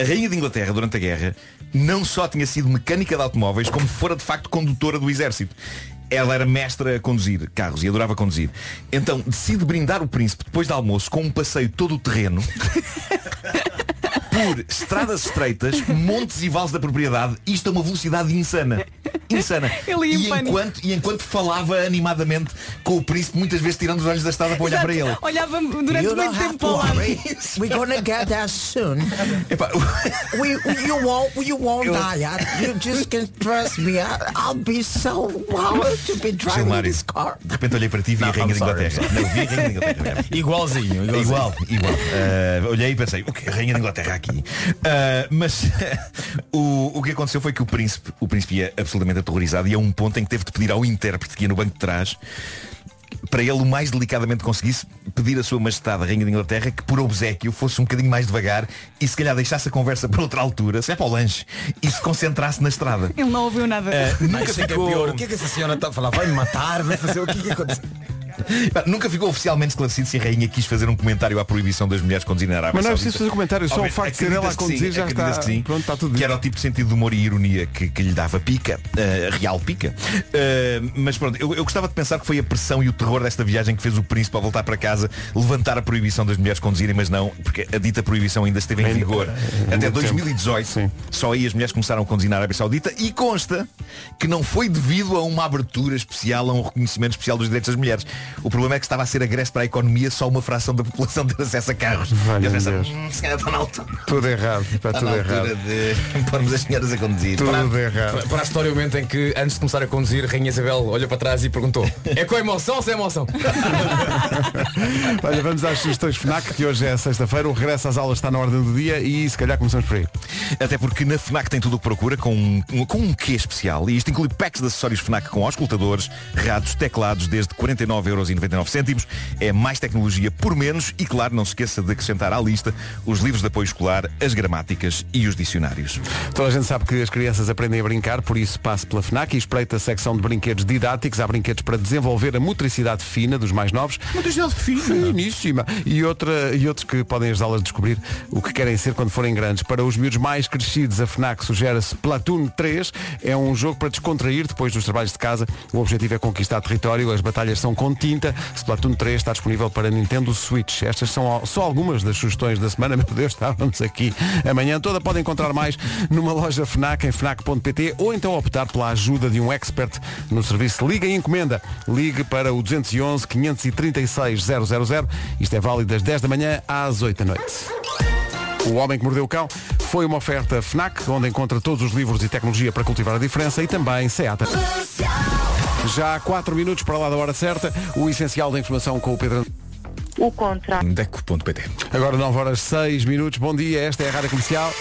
S10: a Rainha de Inglaterra, durante a guerra, não só tinha sido mecânica de automóveis, como fora de facto condutora do exército. Ela era mestra a conduzir carros e adorava conduzir. Então decide brindar o príncipe, depois do almoço, com um passeio todo o terreno por estradas estreitas, montes e vales da propriedade, isto a uma velocidade insana. Insana.
S2: Ele ia em
S10: e,
S2: pânico.
S10: enquanto, e enquanto falava animadamente com o príncipe, muitas vezes tirando os olhos da estrada para olhar para ele.
S2: Olhava durante muito tempo para o lado.
S12: We're gonna get there soon.
S10: Epá,
S12: We, you won't, you won't
S10: Eu-
S12: die. I- you just can trust me. I, I'll be so honored to be driving
S10: Gilmário,
S12: this car.
S10: de repente olhei para ti e vi a Rainha de Inglaterra. Não, vi a Rainha de Inglaterra.
S6: Igualzinho,
S10: É Igual, igual. Ah, olhei e pensei, o que Rainha da Inglaterra aqui. Ah, mas o, o que aconteceu foi que o príncipe, o príncipe ia absolutamente aterrorizado e a um ponto em que teve de pedir ao intérprete que ia no banco de trás para ele o mais delicadamente conseguisse pedir a sua majestade a Rainha da Inglaterra que por obsequio fosse um bocadinho mais devagar e se calhar deixasse a conversa para outra altura, se é para o lanche, e se concentrasse na estrada.
S2: Ele não ouviu nada.
S12: Eh,
S10: Nunca ficou-
S6: é que essa senhora está a falar? Vai me matar, vai fazer o que é que aconteceu?
S10: Pá, Nunca ficou oficialmente esclarecido se a Rainha quis fazer um comentário à proibição das mulheres conduzirem na Arábia
S1: Mas não é
S10: Saudita.
S1: preciso fazer comentário, só o
S10: Obviamente,
S1: facto de ser
S10: acredita-se
S1: ela a
S10: que
S1: conduzir
S10: sim,
S1: já está-
S10: acredita-se que sim,
S1: pronto, está tudo
S10: Que
S1: dito.
S10: era o tipo de sentido de humor e ironia que, que lhe dava pica, eh, real pica. Eh, mas pronto, eu, eu gostava de pensar que foi a pressão e o terror desta viagem que fez o príncipe ao voltar para casa levantar a proibição das mulheres conduzirem, mas não, porque a dita proibição ainda esteve em
S1: é,
S10: vigor até 2018. Só aí as mulheres começaram a conduzir na Arábia Saudita e consta que não foi devido a uma abertura especial, a um reconhecimento especial dos direitos das mulheres. O problema é que estava a ser agresso para a economia só uma fração da população ter acesso a carros.
S1: Valha
S10: E eles pensam,
S1: Deus.
S10: "Hum, se calhar está na altura.
S1: Tudo errado, está
S10: Está
S1: tudo
S10: na
S1: errado.
S10: altura de pormos as senhoras a conduzir.
S1: Tudo
S10: Para-
S1: errado.
S6: Para, para a história, o momento em que, antes de começar a conduzir, Rainha Isabel olhou para trás e perguntou É com emoção ou sem emoção?
S1: Olha, vamos às sugestões FNAC, que hoje é sexta-feira, o regresso às aulas está na ordem do dia e se calhar começamos por aí.
S10: Até porque na FNAC tem tudo o que procura com um, com um quê especial. E isto inclui packs de acessórios FNAC com auscultadores, ratos, teclados desde 49,99€. É mais tecnologia por menos e, claro, não se esqueça de acrescentar à lista os livros de apoio escolar, as gramáticas e os dicionários.
S1: Toda a gente sabe que as crianças aprendem a brincar, por isso passe pela FNAC e espreita a secção de brinquedos didáticos. Há brinquedos para desenvolver a motricidade fina dos mais novos. Motricidade fina? Finíssima. E, outra, e outros que podem ajudá-las a descobrir o que querem ser quando forem grandes. Para os miúdos mais crescidos, a FNAC sugere-se Platoon 3. É um jogo para descontrair depois dos trabalhos de casa. O objetivo é conquistar território. As batalhas são com tinta. Splatoon 3 está disponível para Nintendo Switch. Estas são al- só algumas das sugestões da semana. Meu Deus, estávamos aqui amanhã toda. Podem encontrar mais numa loja FNAC, em fnac.pt ou então optar pela ajuda de um expert no serviço Liga e Encomenda. Ligue para o 211 536 000. Isto é válido das 10 da manhã às 8 da noite. O Homem que Mordeu o Cão foi uma oferta FNAC, onde encontra todos os livros e tecnologia para cultivar a diferença e também SEATA. Já há 4 minutos para lá da hora certa, o essencial da informação com o Pedro.
S13: O contra.
S3: é
S10: Deco.pt
S1: Agora 9 horas 6 minutos, bom dia, esta é a Rádio Comercial.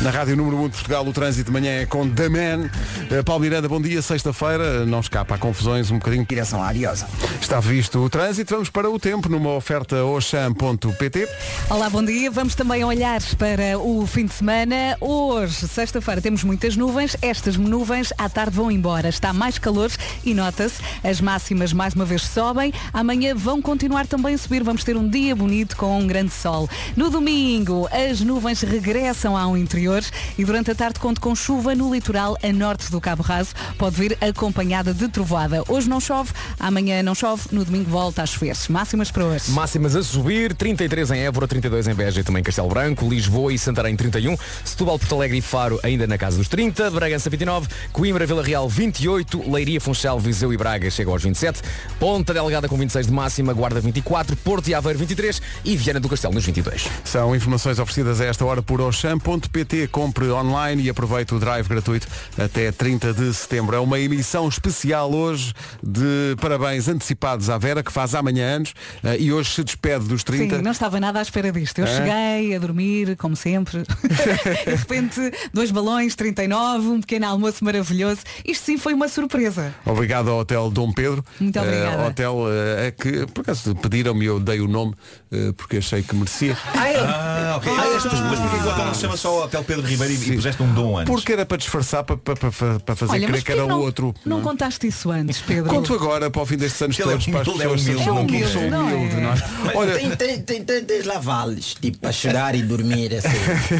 S1: Na Rádio Número 1 de Portugal, o trânsito de manhã é com The Man. Eh, Paulo Miranda, bom dia, sexta-feira, eh, não escapa a confusões um bocadinho.
S12: Direção à Ariosa.
S1: Está visto o trânsito, vamos para o tempo numa oferta Oxam.pt.
S2: Olá, bom dia. Vamos também olhar para o fim de semana. Hoje, sexta-feira, temos muitas nuvens. Estas nuvens à tarde vão embora. Está mais calor e nota-se, as máximas mais uma vez sobem. Amanhã vão continuar também a subir. Vamos ter um dia bonito com um grande sol. No domingo, as nuvens regressam ao interior e durante a tarde conto com chuva no litoral a norte do Cabo Raso. Pode vir acompanhada de trovoada. Hoje não chove, amanhã não chove, no domingo volta a chover. Máximas para hoje.
S6: Máximas a subir, 33 em Évora, 32 em Beja e também em Castelo Branco, Lisboa e Santarém 31, Setúbal, Porto Alegre e Faro ainda na casa dos 30, Bragança 29, Coimbra, Vila Real 28, Leiria, Funchal, Viseu e Braga chega aos 27, Ponta Delgada com 26 de máxima, Guarda 24, Porto e Aveiro 23 e Viana do Castelo nos 22.
S1: São informações oferecidas a esta hora por Oxam.pt. Compre online e aproveite o drive gratuito até 30 de setembro. É uma emissão especial hoje de parabéns antecipados à Vera, que faz amanhã anos eh, e hoje se despede dos 30.
S2: Sim, não estava nada à espera disto. Eu
S1: É?
S2: cheguei a dormir, como sempre. e de repente, dois balões, 39, um pequeno almoço maravilhoso. Isto sim foi uma surpresa.
S1: Obrigado ao Hotel Dom Pedro.
S2: Muito
S1: Eh,
S2: obrigada.
S1: hotel eh, é que, por acaso, pediram-me, eu dei o nome eh, porque achei que merecia.
S12: é?
S10: Ah, ok. Ah, és tu, mas porquê que o hotel não se chama só Hotel Pedro Ribeiro e- e puseste um dom antes?
S1: Porque era para disfarçar, para, para- para- para fazer
S2: Olha,
S1: crer
S2: mas
S1: que era
S2: porquê
S1: o
S2: não,
S1: outro.
S2: Não,
S1: não é?
S2: contaste isso antes, Pedro.
S1: Conto agora para o fim destes anos
S12: Ele é
S1: todos para as
S12: humilde,
S1: pessoas
S12: ele é
S1: saberem que eu
S12: humilde,
S1: sou
S12: não é?
S1: humilde, não é? Olha,
S12: tem, tem, tem, tem, tem lá vales, tipo, para chorar e dormir. Assim.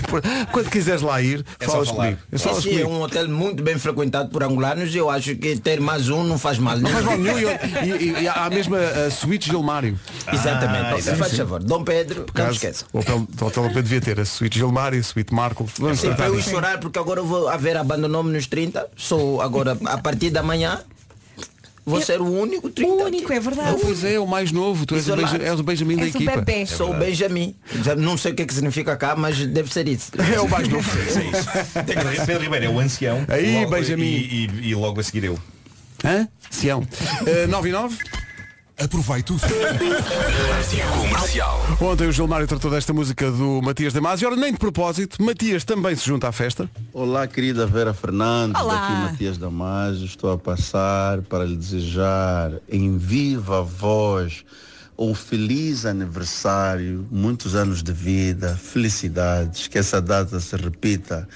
S1: Quando quiseres lá ir,
S12: É
S1: falas comigo. É só falas
S12: Esse é
S1: comigo.
S12: um hotel muito bem frequentado por angolanos. Eu acho que ter mais um não faz mal
S1: Não
S12: nenhum.
S1: faz mal nenhum. E, e, e há a mesma a suíte Gilmário.
S12: Exatamente.
S1: Ah, sim,
S12: faz
S1: sim.
S12: favor. Dom Pedro, não
S1: Caso-
S12: esqueça.
S1: O hotel, o hotel Pedro devia ter a suíte Gilmário, a suíte Marco. Vamos
S12: Sim, para
S1: tratar
S12: eu
S1: disso.
S12: chorar porque agora eu vou haver abandonou-me nos 30. Sou agora, a partir da manhã, vou ser o único 30. O único,
S2: é verdade.
S1: pois é, o mais novo. Tu és o, Benja- és o Benjamin da equipa.
S12: É Sou o Benjamin. Já Não sei o que é que significa cá, mas deve ser isso.
S1: É o mais novo.
S10: Pedro Ri- Pedro Ribeiro é o ancião.
S1: Aí,
S10: Logo-
S1: Benjamin.
S10: E, e- e logo a seguir eu.
S1: Hã? Sião. Eh, 9 e 9. Aproveita o
S9: Comercial.
S1: Ontem o Gilmário tratou desta música do Matias Damasio. Ora, nem de propósito, Matias também se junta à festa.
S14: Olá, querida Vera Fernandes,
S2: Olá.
S14: daqui Matias Damasio. Estou a passar para lhe desejar em viva voz um feliz aniversário, muitos anos de vida, felicidades, que essa data se repita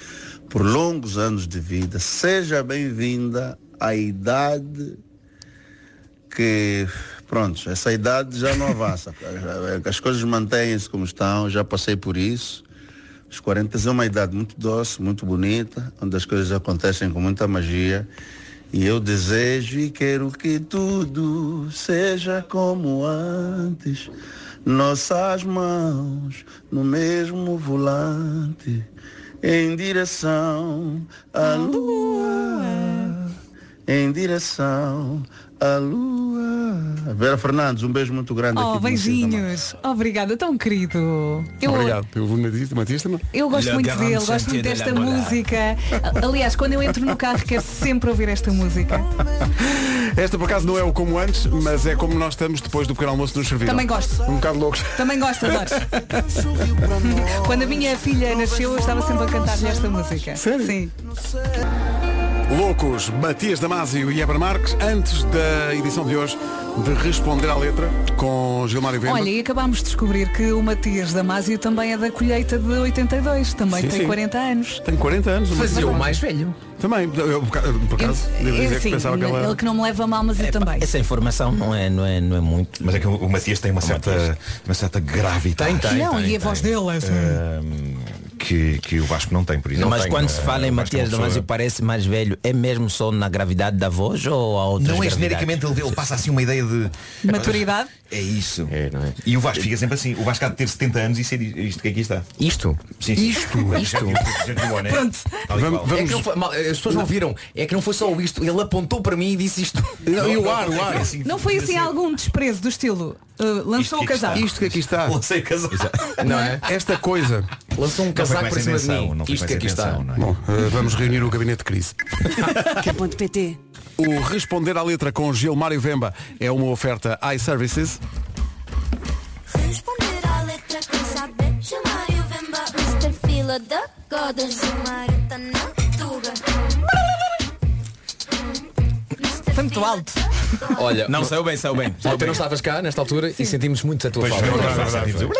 S14: por longos anos de vida. Seja bem-vinda à idade que, pronto, essa idade já não avança. As coisas mantêm-se como estão, já passei por isso. Os 40 é uma idade muito doce, muito bonita, onde as coisas acontecem com muita magia. E eu desejo e quero que tudo seja como antes. Nossas mãos no mesmo volante, em direção à lua. em direção à lua. Vera Fernandes, um beijo muito grande
S2: Oh,
S14: aqui. de vocês também.
S2: beijinhos. Obrigada, tão querido. Eu,
S1: Obrigado. Eu vou na Matista, Matista.
S2: eu gosto muito dele, gosto muito desta música. A- Aliás, quando eu entro no carro quero sempre ouvir esta música.
S1: Esta por acaso não é o como antes, mas é como nós estamos depois do pequeno almoço nos serviram.
S2: Também gosto.
S1: Um bocado loucos.
S2: Também gosto, adoro. quando a minha filha nasceu, eu estava sempre a cantar-lhe esta música. Sério? Sim.
S1: Loucos, Matias Damasio e Eber Marques, antes da edição de hoje, de responder à letra com Gilmário Venda.
S2: Olha, e acabámos de descobrir que o Matias Damasio também é da colheita de 82, também
S1: Sim,
S2: tem
S1: sim.
S2: 40 anos.
S1: Tenho 40 anos.
S2: Fazia o mais
S1: velho. Também, eu, por ca- por acaso, devo dizer que
S2: Enfim,
S1: pensava que ela...
S2: É assim, ele que não me leva mal, mas eu também.
S12: Essa informação não é, não é, não é muito.
S10: Mas é que o, o Matias tem uma certa, uma certa gravidade.
S2: não, e a voz dele é assim.
S10: Ahm, que, que o Vasco não tem, por exemplo.
S12: mas
S10: Não tem,
S12: quando
S10: não
S12: se
S10: é?
S12: fala em
S10: O Vasco é
S12: Matias
S10: uma pessoa-
S12: Damasio parece mais velho, é mesmo só na gravidade da voz ou a outra?
S10: Não é genericamente ele, ele passa assim uma ideia de
S2: Maturidade?
S10: É isso. E o Vasco fica sempre assim. O Vasco há de ter 70 anos e isso é di- isto que aqui está.
S6: Isto?
S10: Sim, sim.
S6: Isto? Isto? né?
S10: Pronto.
S6: É que não foi- mal, as pessoas não viram. É que não foi só o isto. Ele apontou para mim e disse isto.
S2: Não,
S6: e
S2: não,
S6: o ar, o
S2: não,
S6: ar.
S2: Não foi assim algum desprezo do estilo. uh, lançou o casaco.
S1: Isto que aqui está.
S10: Lancei casaco.
S6: Não é?
S1: Ah. Esta coisa.
S6: Lançou um
S1: Não foi com
S6: casaco por
S1: essa
S6: cima de
S1: intenção,
S6: mim.
S1: não foi
S6: Isto
S1: com
S6: que
S1: essa
S6: aqui está.
S1: intenção, não é? Bom, eh, vamos reunir o gabinete de crise.
S2: é
S13: K.pt
S1: O Responder à Letra com Gilmário Vemba é uma oferta iServices.
S15: Responder à letra quem sabe chamar e o Vemba Mr. Fila da Goda Gilmarita na Tuga
S2: Foi muito alto.
S6: Olha,
S12: não saiu bem, saiu bem.
S6: Ontem não estavas cá nesta altura e sentimos muito a tua
S12: Pois
S6: falta.
S12: foi, é foi, foi, foi.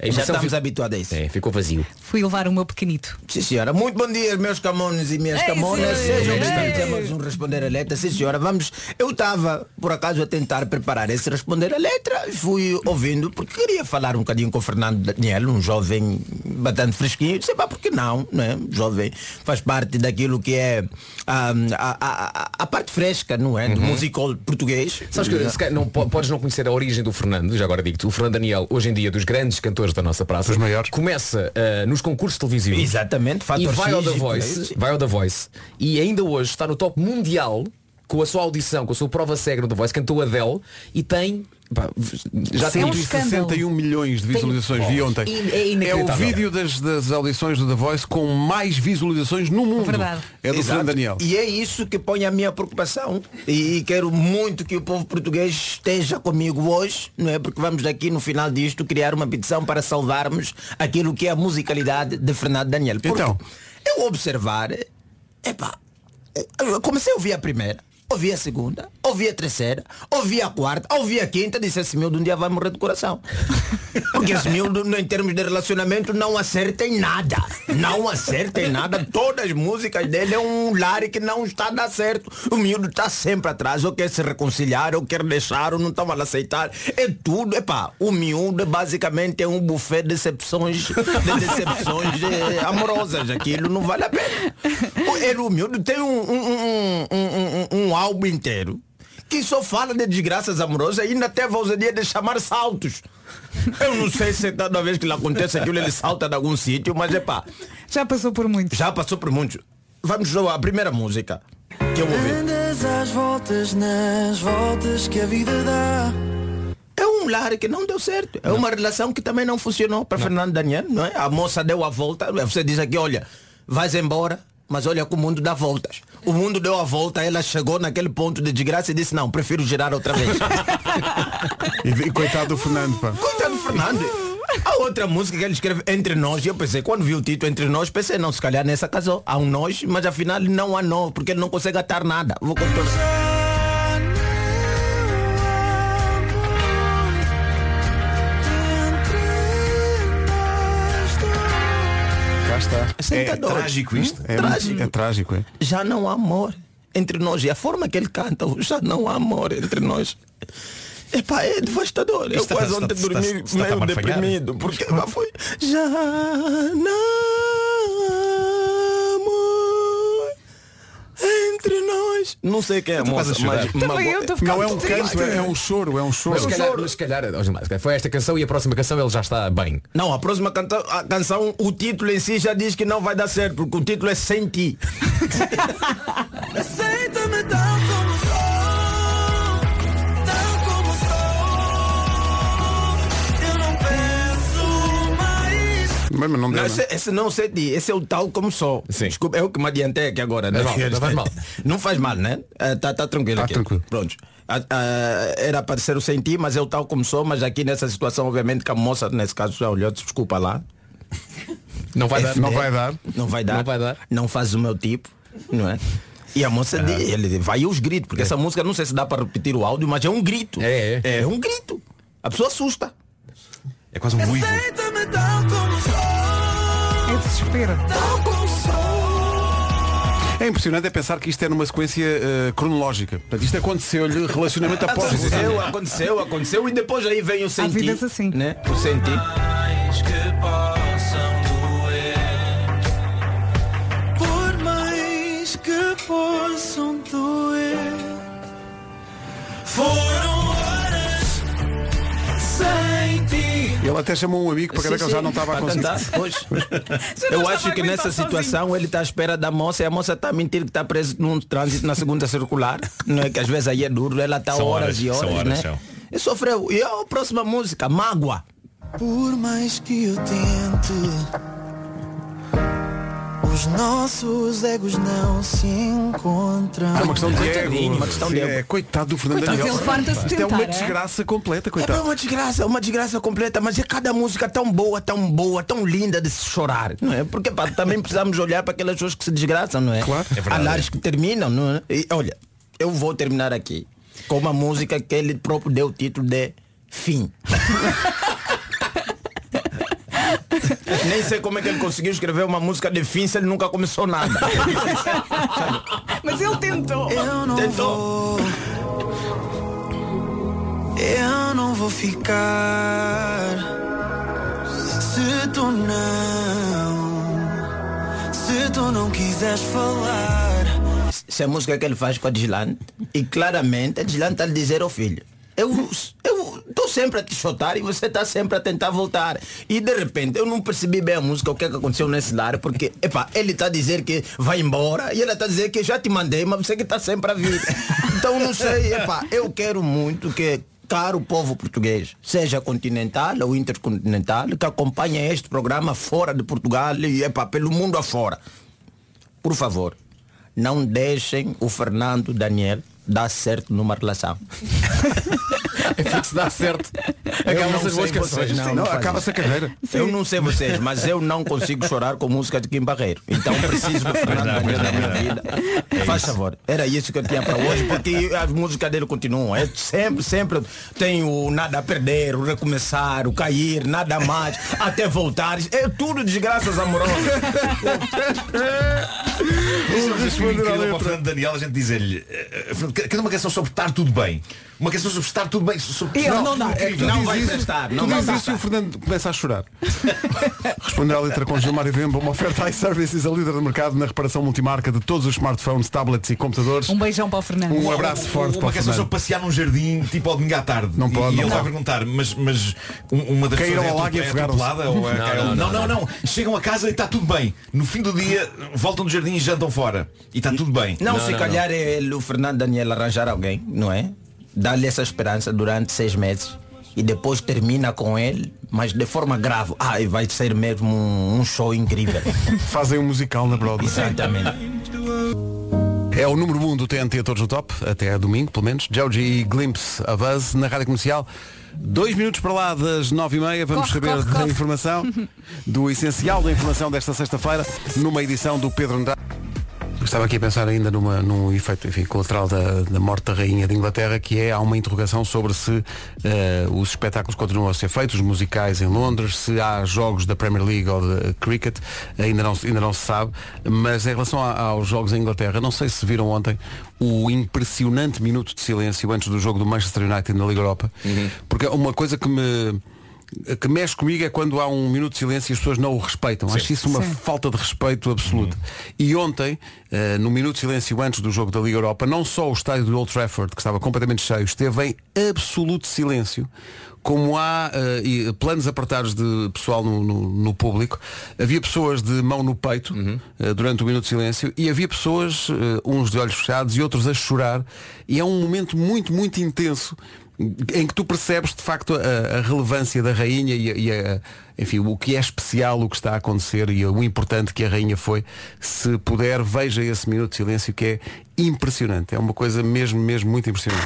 S6: A emoção
S12: Já estamos
S6: fica-
S12: habituados a isso.
S6: É, ficou vazio.
S2: Fui levar o meu pequenito.
S12: Sim, senhora. Muito bom dia, meus camones e minhas
S2: Ei,
S12: camonas.
S2: sim.
S12: Sejam
S2: Ei.
S12: bem-vindos a mais um Responder a Letra. Sim, senhora. Vamos. Eu estava, por acaso, a tentar preparar esse Responder a Letra. Fui ouvindo, porque queria falar um bocadinho com o Fernando Daniel, um jovem bastante fresquinho. Sei pá, por que não, né? Jovem. Faz parte daquilo que é ah, a, a, a, a parte fresca, não é? Do
S6: Uhum.
S12: musical português.
S6: Sabes que se calhar, não, po- podes não conhecer a origem do Fernando, já agora digo-te, o Fernando Daniel, hoje em dia dos grandes cantores da nossa praça, começa ah, nos concursos televisivos.
S12: Exatamente,
S6: e
S12: Fator
S6: vai ao
S12: X
S6: The
S12: e por aí,
S6: Voice,
S12: sim.
S6: vai ao The Voice e ainda hoje está no top mundial com a sua audição, com a sua prova cega no The Voice, cantou Adele e tem pá, já tem
S1: 161 milhões de visualizações
S6: Tem-
S1: vi ontem.
S6: In- é
S1: é o
S6: inacreditável.
S1: vídeo das, das audições do The Voice com mais visualizações no mundo. É do
S12: Exato.
S1: Fernando Daniel.
S12: E é isso que põe a minha preocupação. E, quero muito que o povo português esteja comigo hoje, não é? Porque vamos daqui no final disto criar uma petição para salvarmos aquilo que é a musicalidade de Fernando Daniel. então, eu observar, epá, eu comecei a ouvir a primeira, ouvi a segunda, ouvi a terceira, ouvi a quarta, ouvi a quinta, disse esse miúdo um dia vai morrer de coração. Porque esse miúdo, no- em termos de relacionamento, não acerta em nada. Não acerta em nada. Todas as músicas dele é um lar que não está a dar certo. O miúdo está sempre atrás, ou quer se reconciliar, ou quer deixar, ou não está mal a aceitar. É tudo, epá, o miúdo basicamente é um buffet de decepções, de decepções eh, amorosas. Aquilo não vale a pena. O Eru Miúdo tem um, um, um, um, um, um álbum inteiro que só fala de desgraças amorosas e ainda teve a ousadia de chamar saltos. Eu não sei se toda vez que ele acontece aquilo ele salta de algum sítio, mas é pá.
S2: Já passou por muito.
S12: Já passou por muito. Vamos jogar a primeira música que eu ouvi.
S13: Andas às voltas nas voltas que a vida dá.
S12: É um lar que não deu certo. É uma relação que também não funcionou para Fernando Daniel, não é? A moça deu a volta. Você diz aqui, olha, vais embora, mas olha que o mundo dá voltas. O mundo deu a volta, ela chegou naquele ponto de desgraça e disse, não, prefiro girar outra vez.
S1: E, e coitado do Fernando, pá.
S12: Coitado do Fernando. A outra música que ele escreve Entre Nós, e eu pensei, quando vi o título Entre Nós, pensei, não, se calhar nessa casou. Há um nós, mas afinal não há nó, porque ele não consegue atar nada. Vou contornar.
S1: Cá está.
S12: Sentadores.
S1: É,
S12: Trágico.
S1: é trágico, é.
S12: Já não há amor entre nós. E a forma que ele canta, o já não há amor entre nós. Epá, é devastador. Eu
S13: Isto tá está-
S12: quase
S13: está-
S12: ontem
S13: está-
S12: dormi
S13: está- está
S12: meio
S13: amarfanhado.
S12: deprimido. Porque epá, foi. Já não há amor entre nós. Não sei quem é
S1: Então
S12: a moça, mas magoa-
S1: Não é um canto, é, é um choro, é um choro.
S6: Mas se calhar, mas se calhar, ó, Gilmar, se calhar foi esta canção e a próxima canção ele já está bem.
S12: Não, a próxima canta- a canção, o título em si já diz que não vai dar certo, porque o título é Sem Ti.
S13: Aceita-me tal como
S1: também, mas não deu.
S12: Não,
S1: não.
S12: esse, esse não sei de, esse é o tal como sou. Desculpa, eu que me adiantei aqui agora. né?
S1: Não faz mal, não faz mal.
S12: Não faz mal, né? Está tranquilo aqui. Pronto. Ah, ah, era para ser o sem ti, mas eu tal como sou, mas aqui nessa situação, obviamente, que a moça, nesse caso, já olhou, desculpa lá.
S6: Não vai dar.
S12: Não
S6: Não vai
S12: vai
S1: dar.
S12: Não vai dar.
S6: Não
S12: Não faz o meu tipo, não é? E a moça di- ele vai aos gritos, porque essa música não sei se dá para repetir o áudio, mas é um grito. É, é. um grito. A pessoa assusta.
S10: É quase um uivo.
S2: É desespero.
S1: É impressionante é pensar que isto é numa sequência eh, cronológica. Portanto, isto aconteceu-lhe relacionamento após
S12: Aconteceu, aconteceu, aconteceu e depois aí vem o sentir.
S1: vidas
S12: assim. Né? O sentir.
S13: Por mais que possam doer, foram horas sem ti.
S1: Ele até chamou um amigo para
S12: Sim,
S1: ver que ele já
S12: sim.
S1: não estava a
S12: Para
S1: conseguir.
S12: cantar, pois. Eu acho que nessa situação ele está à espera da moça e a moça está a mentir que está preso num trânsito na segunda circular. Não é que às vezes aí é duro, ela está
S13: São
S12: horas,
S13: horas,
S12: e horas,
S13: são horas,
S12: né?
S13: são.
S12: E sofreu. E a próxima música, Mágoa.
S13: Por mais que eu tente, os nossos egos não se encontram.
S1: É uma questão de ego.
S12: uma questão de
S1: Sim,
S12: ego.
S1: é, coitado do Fernando
S12: Coitado,
S1: Daniel.
S12: ele farta-se de
S1: Isto é uma
S12: tentar, é?
S1: desgraça completa,
S12: É
S1: coitado.
S12: uma desgraça, uma desgraça completa, mas é cada música tão boa, tão boa, tão linda de se chorar, não é? Porque pá, também precisamos olhar para aquelas pessoas que se desgraçam, não é? Claro. Há lares que terminam, não é? E, olha, eu vou terminar aqui com uma música que ele próprio deu o título de Fim. Nem sei como é que ele conseguiu escrever uma música de fim se ele nunca começou nada.
S13: Mas ele tentou. Eu não vou. Eu não vou ficar. Se tu não. Se tu não quiseres falar.
S12: Essa é a música que ele faz com a Dilane. E claramente a Dilane está a lhe dizer ao filho. Eu estou sempre a te chutar e você está sempre a tentar voltar. E de repente eu não percebi bem a música, o que é que aconteceu nesse lar, porque epá, ele está a dizer que vai embora e ela está a dizer que já te mandei, mas você que está sempre a vir. Então não sei, epá, eu quero muito que caro povo português, seja continental ou intercontinental, que acompanhe este programa fora de Portugal e epá, pelo mundo afora. Por favor, não deixem o Fernando Daniel dar certo numa relação. é porque se dá certo.
S1: Acabam-se as boas canções. Sim, não, acaba-se a carreira.
S12: Eu
S1: Sim.
S12: não sei vocês, mas eu não consigo chorar com música de Kim Barreiro. Então preciso do Fernando Daniel na minha vida.
S13: É
S12: Faz favor. Era isso que eu tinha para hoje, porque as músicas dele continuam. É sempre, sempre tem o nada a perder, o recomeçar, o cair, nada mais, até voltar. É tudo desgraças amorosas.
S10: Isso
S12: responder
S10: é incrível
S12: à
S10: para o
S12: letra.
S10: Fernando Daniel a gente dizer-lhe eh, eh, Fernando, quer uma canção sobre estar tudo bem uma canção sobre estar tudo bem sobre...
S1: Ele
S10: Não,
S1: não dá.
S10: incrível.
S1: É que tu dizes isso- Tu dizes isso e o Fernando começa a chorar. Responder à letra com Gilmar e Vemba, uma oferta iServices, a líder do mercado na reparação multimarca de todos os smartphones, tablets e computadores.
S2: Um beijão para o Fernando.
S10: Um abraço forte para o
S1: Fernando.
S10: Fernando. passear num jardim, tipo ao domingo à tarde. Não
S1: pode,
S10: E
S1: não
S10: ele vai
S1: pode.
S10: perguntar, mas, mas um- uma das
S1: Caíram ao
S10: pessoas
S1: lago e
S10: é atrope- é
S1: afogaram-se.
S10: atropelada ou é-
S1: Não,
S10: caiu-
S1: não,
S10: não,
S1: não,
S10: não, não. Chegam a casa e está tudo bem. No fim do dia, voltam do jardim e jantam fora. E está tudo bem.
S12: Não, se calhar é ele, o Fernando Daniel arranjar alguém, não é? Dá-lhe essa esperança durante seis meses e depois termina com ele, mas de forma grave. Ah, e vai ser mesmo um, um show incrível.
S1: Fazem um musical na Broadway.
S12: Exatamente.
S1: É o número 1 um do TNT Todos no Top, até domingo, pelo menos. Georgie e Glimpse a Buzz na Rádio Comercial. Dois minutos para lá das nove e meia, vamos
S16: Corre,
S1: saber
S16: corre,
S1: da
S16: corre.
S1: informação, do essencial da informação desta sexta-feira, numa edição do Pedro Andrade. Eu Estava aqui a pensar ainda numa, num efeito enfim, colateral da, da morte da rainha de Inglaterra, que é há uma interrogação sobre se eh, os espetáculos continuam a ser feitos, os musicais em Londres, se há jogos da Premier League ou de cricket, ainda não, se- ainda não se sabe. Mas em relação a- aos jogos em Inglaterra, não sei se viram ontem o impressionante minuto de silêncio antes do jogo do Manchester United na Liga Europa, porque uma coisa que me que mexe comigo é quando há um minuto de silêncio e as pessoas não o respeitam. Acho isso uma
S16: Sim. Uhum.
S1: falta de respeito absoluta. E ontem, eh, no minuto de silêncio antes do jogo da Liga Europa, não só o estádio do Old Trafford, que estava completamente cheio, esteve em absoluto silêncio, como há eh, e planos apertados de pessoal no, no- no público, havia pessoas de mão no peito
S16: Uhum.
S1: eh, durante o minuto de silêncio e havia pessoas, eh, uns de olhos fechados e outros a chorar. E é um momento muito, muito intenso em que tu percebes de facto a, a relevância da rainha e, a- e a- enfim, o que é especial o que está a acontecer e o importante que a rainha foi. Se puder, veja esse minuto de silêncio que é impressionante. É uma coisa mesmo, mesmo muito impressionante.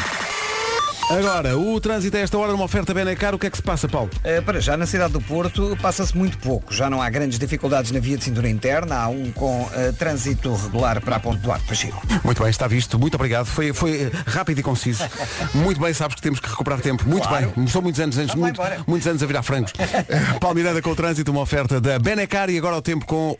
S1: Agora, o trânsito a esta hora numa oferta bem caro, o que é que se passa, Paulo?
S5: Eh, para já, na cidade do Porto, passa-se muito pouco. Já não há grandes dificuldades na via de cintura interna. Há um com eh, trânsito regular para a Ponte Duarte Pacheco.
S1: Muito bem, está visto. Muito obrigado. Foi, foi eh, rápido e conciso. Muito bem, sabes que temos que recuperar tempo. Muito bem. São muitos anos, anos muito- muitos anos a virar francos. Eh, Paulo Miranda com o trânsito, uma oferta da Benecar e agora o tempo com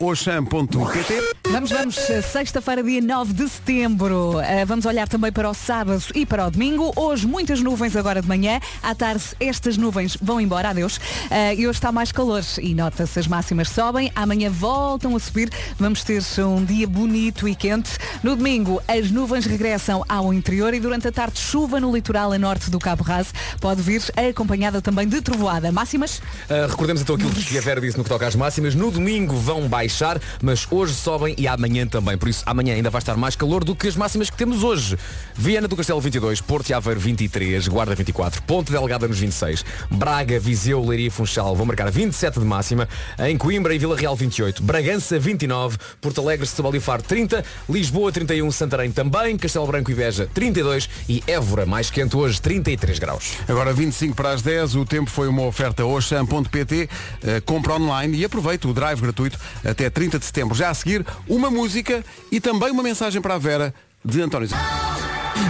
S1: Oxam.pt.
S2: Vamos, vamos, sexta-feira, dia 9 de setembro. Ah, Vamos olhar também para o sábado e para o domingo. Hoje, muitas nuvens agora de manhã. À tarde, estas nuvens vão embora, adeus. Ah, E hoje está mais calor e nota-se as máximas sobem. Amanhã voltam a subir. Vamos ter um dia bonito e quente. No domingo, as nuvens regressam ao interior e durante a tarde, chuva no litoral a norte do Cabo Raso. Pode vir acompanhada também de trovoada. Máximas?
S6: Uh, recordemos então aquilo que a Vera disse no que toca às máximas. No domingo vão baixar, mas hoje sobem e amanhã também. Por isso, amanhã ainda vai estar mais calor do que as máximas que temos hoje. Viana do Castelo 22, Porto e Aveiro 23, Guarda 24, Ponte Delgada nos 26, Braga, Viseu, Leiria e Funchal vão marcar 27 de máxima, em Coimbra e Vila Real 28, Bragança 29, Porto Alegre, Setúbal e Faro 30, Lisboa 31, Santarém também, Castelo Branco e Beja 32 e Évora mais quente hoje 33 graus.
S1: Agora 25 para as 10, o tempo foi uma oferta Oxam.pt, eh, compra online e aproveita o drive gratuito até 30 de setembro. Já a seguir, uma música e também uma mensagem para a Vera de António Zé.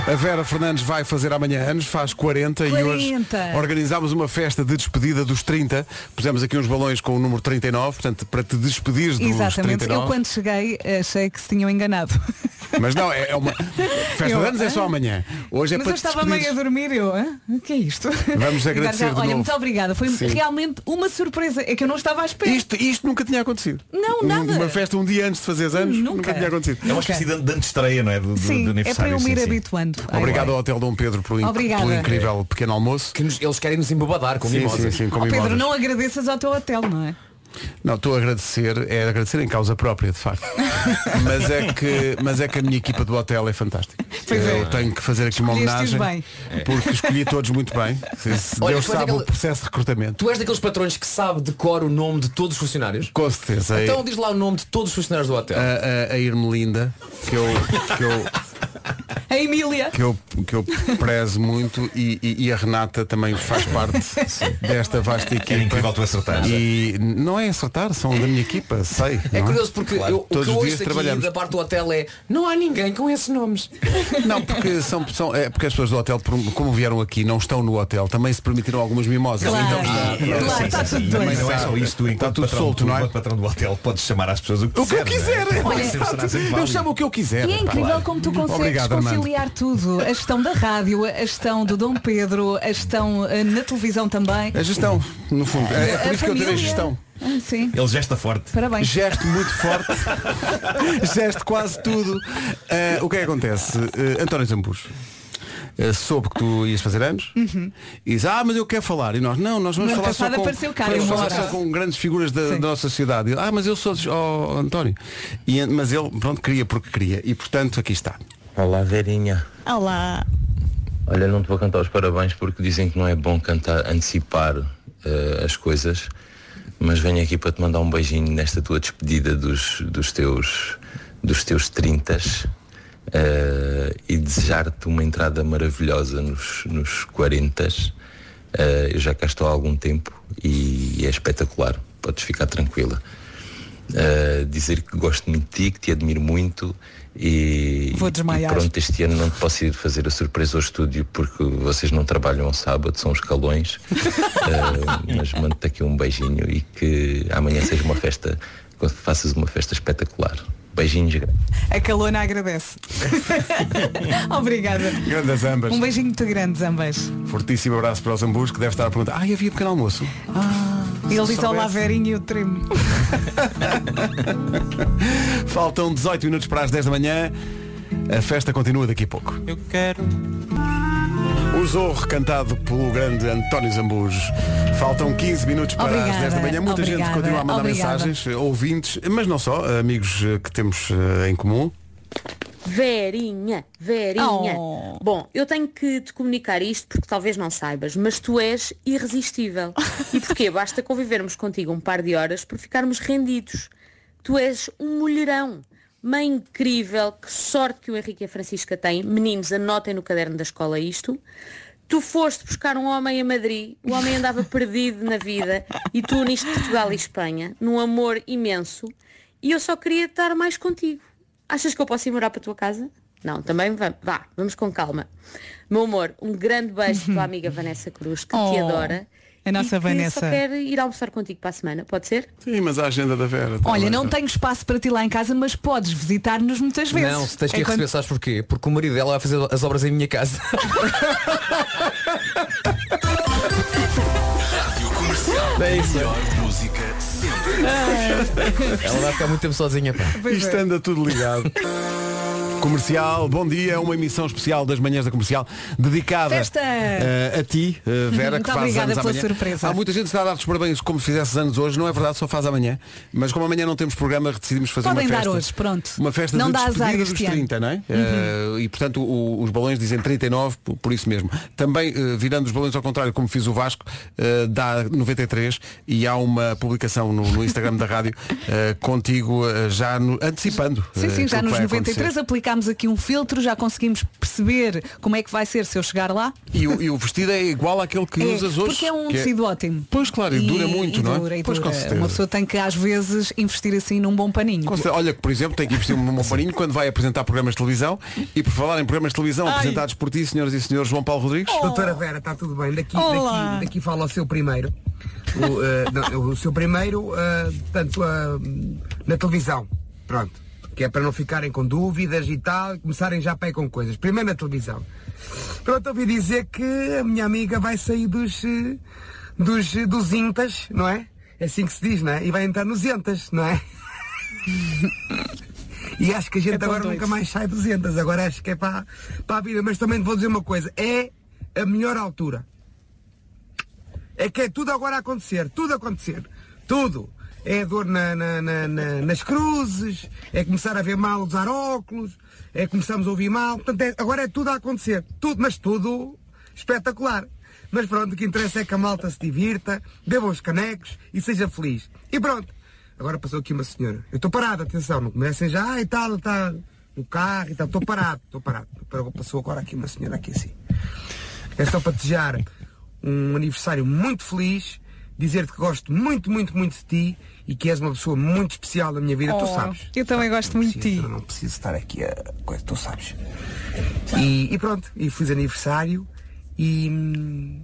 S1: A Vera Fernandes vai fazer amanhã anos, faz 40, e hoje
S2: 40.
S1: organizámos uma festa de despedida dos 30. Pusemos aqui uns balões com o número 39, portanto, para te despedir dos
S2: Exatamente.
S1: 39.
S2: Eu quando cheguei eh, achei que se tinham enganado.
S1: Mas não, é, é uma. Festa
S2: Eu,
S1: de anos é só
S2: ah?
S1: amanhã. Hoje é
S2: Mas
S1: para
S2: eu
S1: te
S2: estava
S1: despedir.
S2: meio a dormir eu, hã? o que é isto?
S1: Vamos
S2: E agora
S1: agradecer
S2: já-
S1: de
S2: Olha,
S1: novo.
S2: muito obrigada, foi
S1: Sim.
S2: realmente uma surpresa, é que eu não estava à espera.
S1: Isto, isto nunca tinha acontecido.
S2: Não,
S1: Um-
S2: nada.
S1: Uma festa um dia antes de fazeres anos, nunca,
S2: Nunca.
S1: tinha acontecido.
S10: É uma espécie de, de antestreia, não é? Do, do- do
S2: Sim, é para
S10: aniversário,
S2: eu me
S10: sim,
S2: ir
S10: sim.
S2: habituando. Ai,
S1: Obrigado
S2: ai.
S1: ao Hotel Dom Pedro pelo, inc-
S2: Obrigada.
S1: pelo um incrível pequeno almoço.
S6: Que eles querem nos embobadar
S1: com sim, sim,
S6: mimosas.
S1: sim, com
S2: Oh, Pedro,
S1: mimosas.
S2: não agradeças ao teu hotel, não é?
S1: Não, estou a agradecer, é agradecer em causa própria, de facto. mas, é que, mas é que a minha equipa do hotel é fantástica.
S2: Pois é.
S1: Eu tenho que fazer aqui uma
S6: Escolheste-os
S1: homenagem.
S6: bem.
S1: Porque escolhi todos muito bem. Se- se
S6: Olha,
S1: Deus
S6: depois
S1: sabe
S6: aquele-
S1: o processo de recrutamento.
S6: Tu és daqueles patrões que sabe de cor o nome de todos os funcionários?
S1: Com certeza.
S6: Então diz lá o nome de todos os funcionários do hotel.
S1: A, a, a Irmelinda, que eu, que eu
S2: A Emília.
S1: que eu, que eu prezo muito e, e- e a Renata também faz parte desta vasta equipa. É
S10: incrível tu acertares.
S1: E não é acertar, são da minha equipa, sei.
S6: É
S1: não
S6: curioso porque eu, o
S1: Todos
S6: que eu
S1: os
S6: ouço
S1: dias
S6: aqui
S1: trabalhamos.
S6: da parte do hotel é não há ninguém com esses nomes.
S1: Não, porque são, são é porque as pessoas do hotel, por- como vieram aqui, não estão no hotel, também se permitiram algumas mimosas.
S10: Claro.
S1: Então,
S10: Ah,
S1: e-
S10: claro,
S1: sim,
S10: está
S1: sim,
S10: tudo
S1: sim.
S10: doido.
S1: Também
S10: Não é só isto, tu,
S1: está
S10: enquanto
S1: tudo
S10: patrão
S1: solto,
S10: do-
S1: não é?
S10: patrão do hotel, podes chamar às pessoas o que
S1: O que eu
S10: quiser,
S1: quiser.
S10: não é?
S1: Olha,
S10: Sempre será
S1: exato.
S10: sempre
S1: eu
S10: válido.
S1: chamo o que eu quiser.
S2: E é
S1: pá.
S2: incrível
S1: Claro.
S2: como tu consegues
S1: Obrigado, Armando.
S2: conciliar tudo. A gestão da rádio, a gestão do Dom Pedro, a gestão eh, na televisão também.
S1: A É gestão, no fundo. É, é por
S2: A
S1: isso que eu dei a
S2: família.
S1: gestão.
S2: Ah, Sim.
S10: Ele gesta forte.
S2: Parabéns.
S1: Gesto muito forte. Gesto quase tudo. Ah, o que é que acontece? Ah, António Zambus. ah, soube que tu ias fazer anos
S2: Uhum.
S1: e diz, ah, mas eu quero falar. E nós, não, nós vamos
S2: Mas
S1: falar só
S2: passado
S1: com,
S2: apareceu cá,
S1: vamos
S2: eu
S1: falar só
S2: adorava.
S1: com grandes figuras da, da nossa sociedade. E, Ah, mas eu sou oh, António. E, mas ele, pronto, queria porque queria. E portanto, aqui está.
S16: Olá, Verinha.
S2: Olá.
S16: Olha, não te vou cantar os parabéns porque dizem que não é bom cantar, antecipar eh, as coisas, mas venho aqui para te mandar um beijinho nesta tua despedida dos, dos teus dos teus 30 e desejar-te uma entrada maravilhosa nos, nos 40 eu já cá estou há algum tempo e, é espetacular, podes ficar tranquila. Eh, dizer que gosto muito de ti, que te admiro muito e,
S2: Vou
S16: e
S2: desmaiar.
S16: pronto, este ano não te posso ir fazer a surpresa ao estúdio porque vocês não trabalham ao sábado, são os calões. Eh, mas mando-te aqui um beijinho e que amanhã seja uma festa, que faças uma festa espetacular. Beijinhos grandes.
S2: A Calona agradece. Obrigada.
S1: Grandes ambas.
S2: Um beijinho muito grande, ambas.
S1: Fortíssimo abraço para o Zambus, que deve estar a perguntar, ai, havia pequeno almoço. Se
S2: Ele diz
S1: soubesse.
S2: ao laverinho e eu tremo.
S1: Faltam 18 minutos para as 10 da manhã. A festa continua daqui a pouco.
S17: Eu quero.
S1: O Zorro, cantado pelo grande António Zambujo. Faltam 15 minutos para as
S17: Obrigada,
S1: 10 da manhã. Muita gente
S17: obrigada,
S1: continua a mandar
S17: obrigada.
S1: eh, mensagens, ouvintes, mas não só, amigos eh, que temos eh, em comum.
S17: Verinha, Verinha.
S2: Oh.
S17: Bom, eu tenho que te comunicar isto porque talvez não saibas, mas tu és irresistível. E porquê? Basta convivermos contigo um par de horas para ficarmos rendidos. Tu és um mulherão. Mãe incrível, que sorte que o Henrique e a Francisca têm. Meninos, anotem no caderno da escola isto. Tu foste buscar um homem a Madrid, o homem andava perdido na vida e tu uniste Portugal e Espanha, num amor imenso, e eu só queria estar mais contigo. Achas que eu posso ir morar para a tua casa? Não, também va- vá, vamos com calma. Meu amor, um grande beijo tua amiga Vanessa Cruz, que te
S2: Oh,
S17: adora.
S2: a nossa
S17: e que
S2: Vanessa.
S17: Só quero ir almoçar contigo para a semana, pode ser?
S1: Sim, mas a agenda da Vera. tá
S2: Olha,
S1: bem.
S2: não tenho espaço para ti lá em casa, mas podes visitar-nos muitas vezes. É
S6: Não, se tens que ir
S2: Enquanto-
S6: receber, sabes porquê? Porque o marido dela vai fazer as obras em minha casa.
S9: Rádio Comercial.
S6: É isso.
S9: Melhor música sempre.
S6: Ela vai ficar muito tempo sozinha, pá.
S2: é.
S1: Isto anda tudo ligado. Comercial, bom dia, é uma emissão especial das manhãs da comercial dedicada
S2: Festa!
S1: eh, a ti, eh, Vera,
S2: Muito
S1: que faz
S2: obrigada
S1: anos
S2: pela
S1: amanhã.
S2: surpresa.
S1: Há muita gente que está a dar-te os parabéns como se fizesse anos hoje, não é verdade, só faz amanhã. Mas como amanhã não temos programa, decidimos fazer
S2: Podem
S1: uma
S2: dar
S1: festa.
S2: hoje, pronto.
S1: Uma festa
S2: Não
S1: de
S2: dá azar
S1: despedida dos
S2: este ano. Uhum.
S1: 30, não é? Eh, e portanto o- os balões dizem 39, por, por isso mesmo. Também, eh, virando os balões ao contrário, como fiz o Vasco, eh, dá 93 e há uma publicação no, no Instagram da rádio eh, contigo eh, já no- antecipando.
S2: Sim, sim,
S1: eh,
S2: já
S1: aquilo
S2: nos
S1: que vai acontecer.
S2: 93 aplicámos aqui um filtro, já conseguimos perceber como é que vai ser se eu chegar lá.
S1: E o, e o vestido é igual àquele que
S2: É,
S1: usas hoje.
S2: porque é um
S1: que
S2: tecido ótimo.
S1: Pois claro, e dura muito,
S2: e
S1: não é?
S2: dura, e
S1: Pois,
S2: dura.
S1: com certeza.
S2: Uma pessoa tem que às vezes investir assim num bom paninho.
S1: Com certeza. Olha, que, por exemplo, tem que investir num farinho quando vai apresentar programas de televisão e por falar em programas de televisão
S18: Ai.
S1: apresentados por ti, senhoras e senhores, João Paulo Rodrigues.
S2: Oh.
S18: Doutora Vera, está tudo bem? Daqui,
S1: Olá.
S18: daqui, daqui fala o seu primeiro. O, eh, não, o seu primeiro, eh, tanto ah, na televisão. Pronto. Que é para não ficarem com dúvidas e tal, começarem já a pé com coisas. Primeiro na televisão. Pronto, ouvi dizer que a minha amiga vai sair dos, eh, dos, eh, dos intas, não é? É assim que se diz, não é? E vai entrar nos entas, não é? E acho que a gente agora nunca mais sai 200. Agora acho que é para, para a vida. Mas também te vou dizer uma coisa: é a melhor altura. É que é tudo agora a acontecer. Tudo a acontecer. Tudo. É a dor na- na- na- na- nas cruzes, é começar a ver mal usar óculos, é começamos a ouvir mal. Portanto, é- agora é tudo a acontecer. Tudo, mas tudo espetacular. Mas pronto, o que interessa é que a malta se divirta, beba os canecos e seja feliz. E pronto. Agora passou aqui uma senhora. Eu estou parado, atenção, não comecem já, ai tal, está no carro e tal. Estou parado, estou parado. Agora Passou agora aqui uma senhora aqui assim. É só para desejar um aniversário muito feliz, dizer-te que gosto muito, muito, muito de ti e que és uma pessoa muito especial na minha vida, tu
S2: Oh,
S18: sabes.
S2: Eu também gosto muito de ti.
S18: Eu não preciso estar aqui a coisa, tu sabes. E, e pronto, e fiz aniversário e. hum,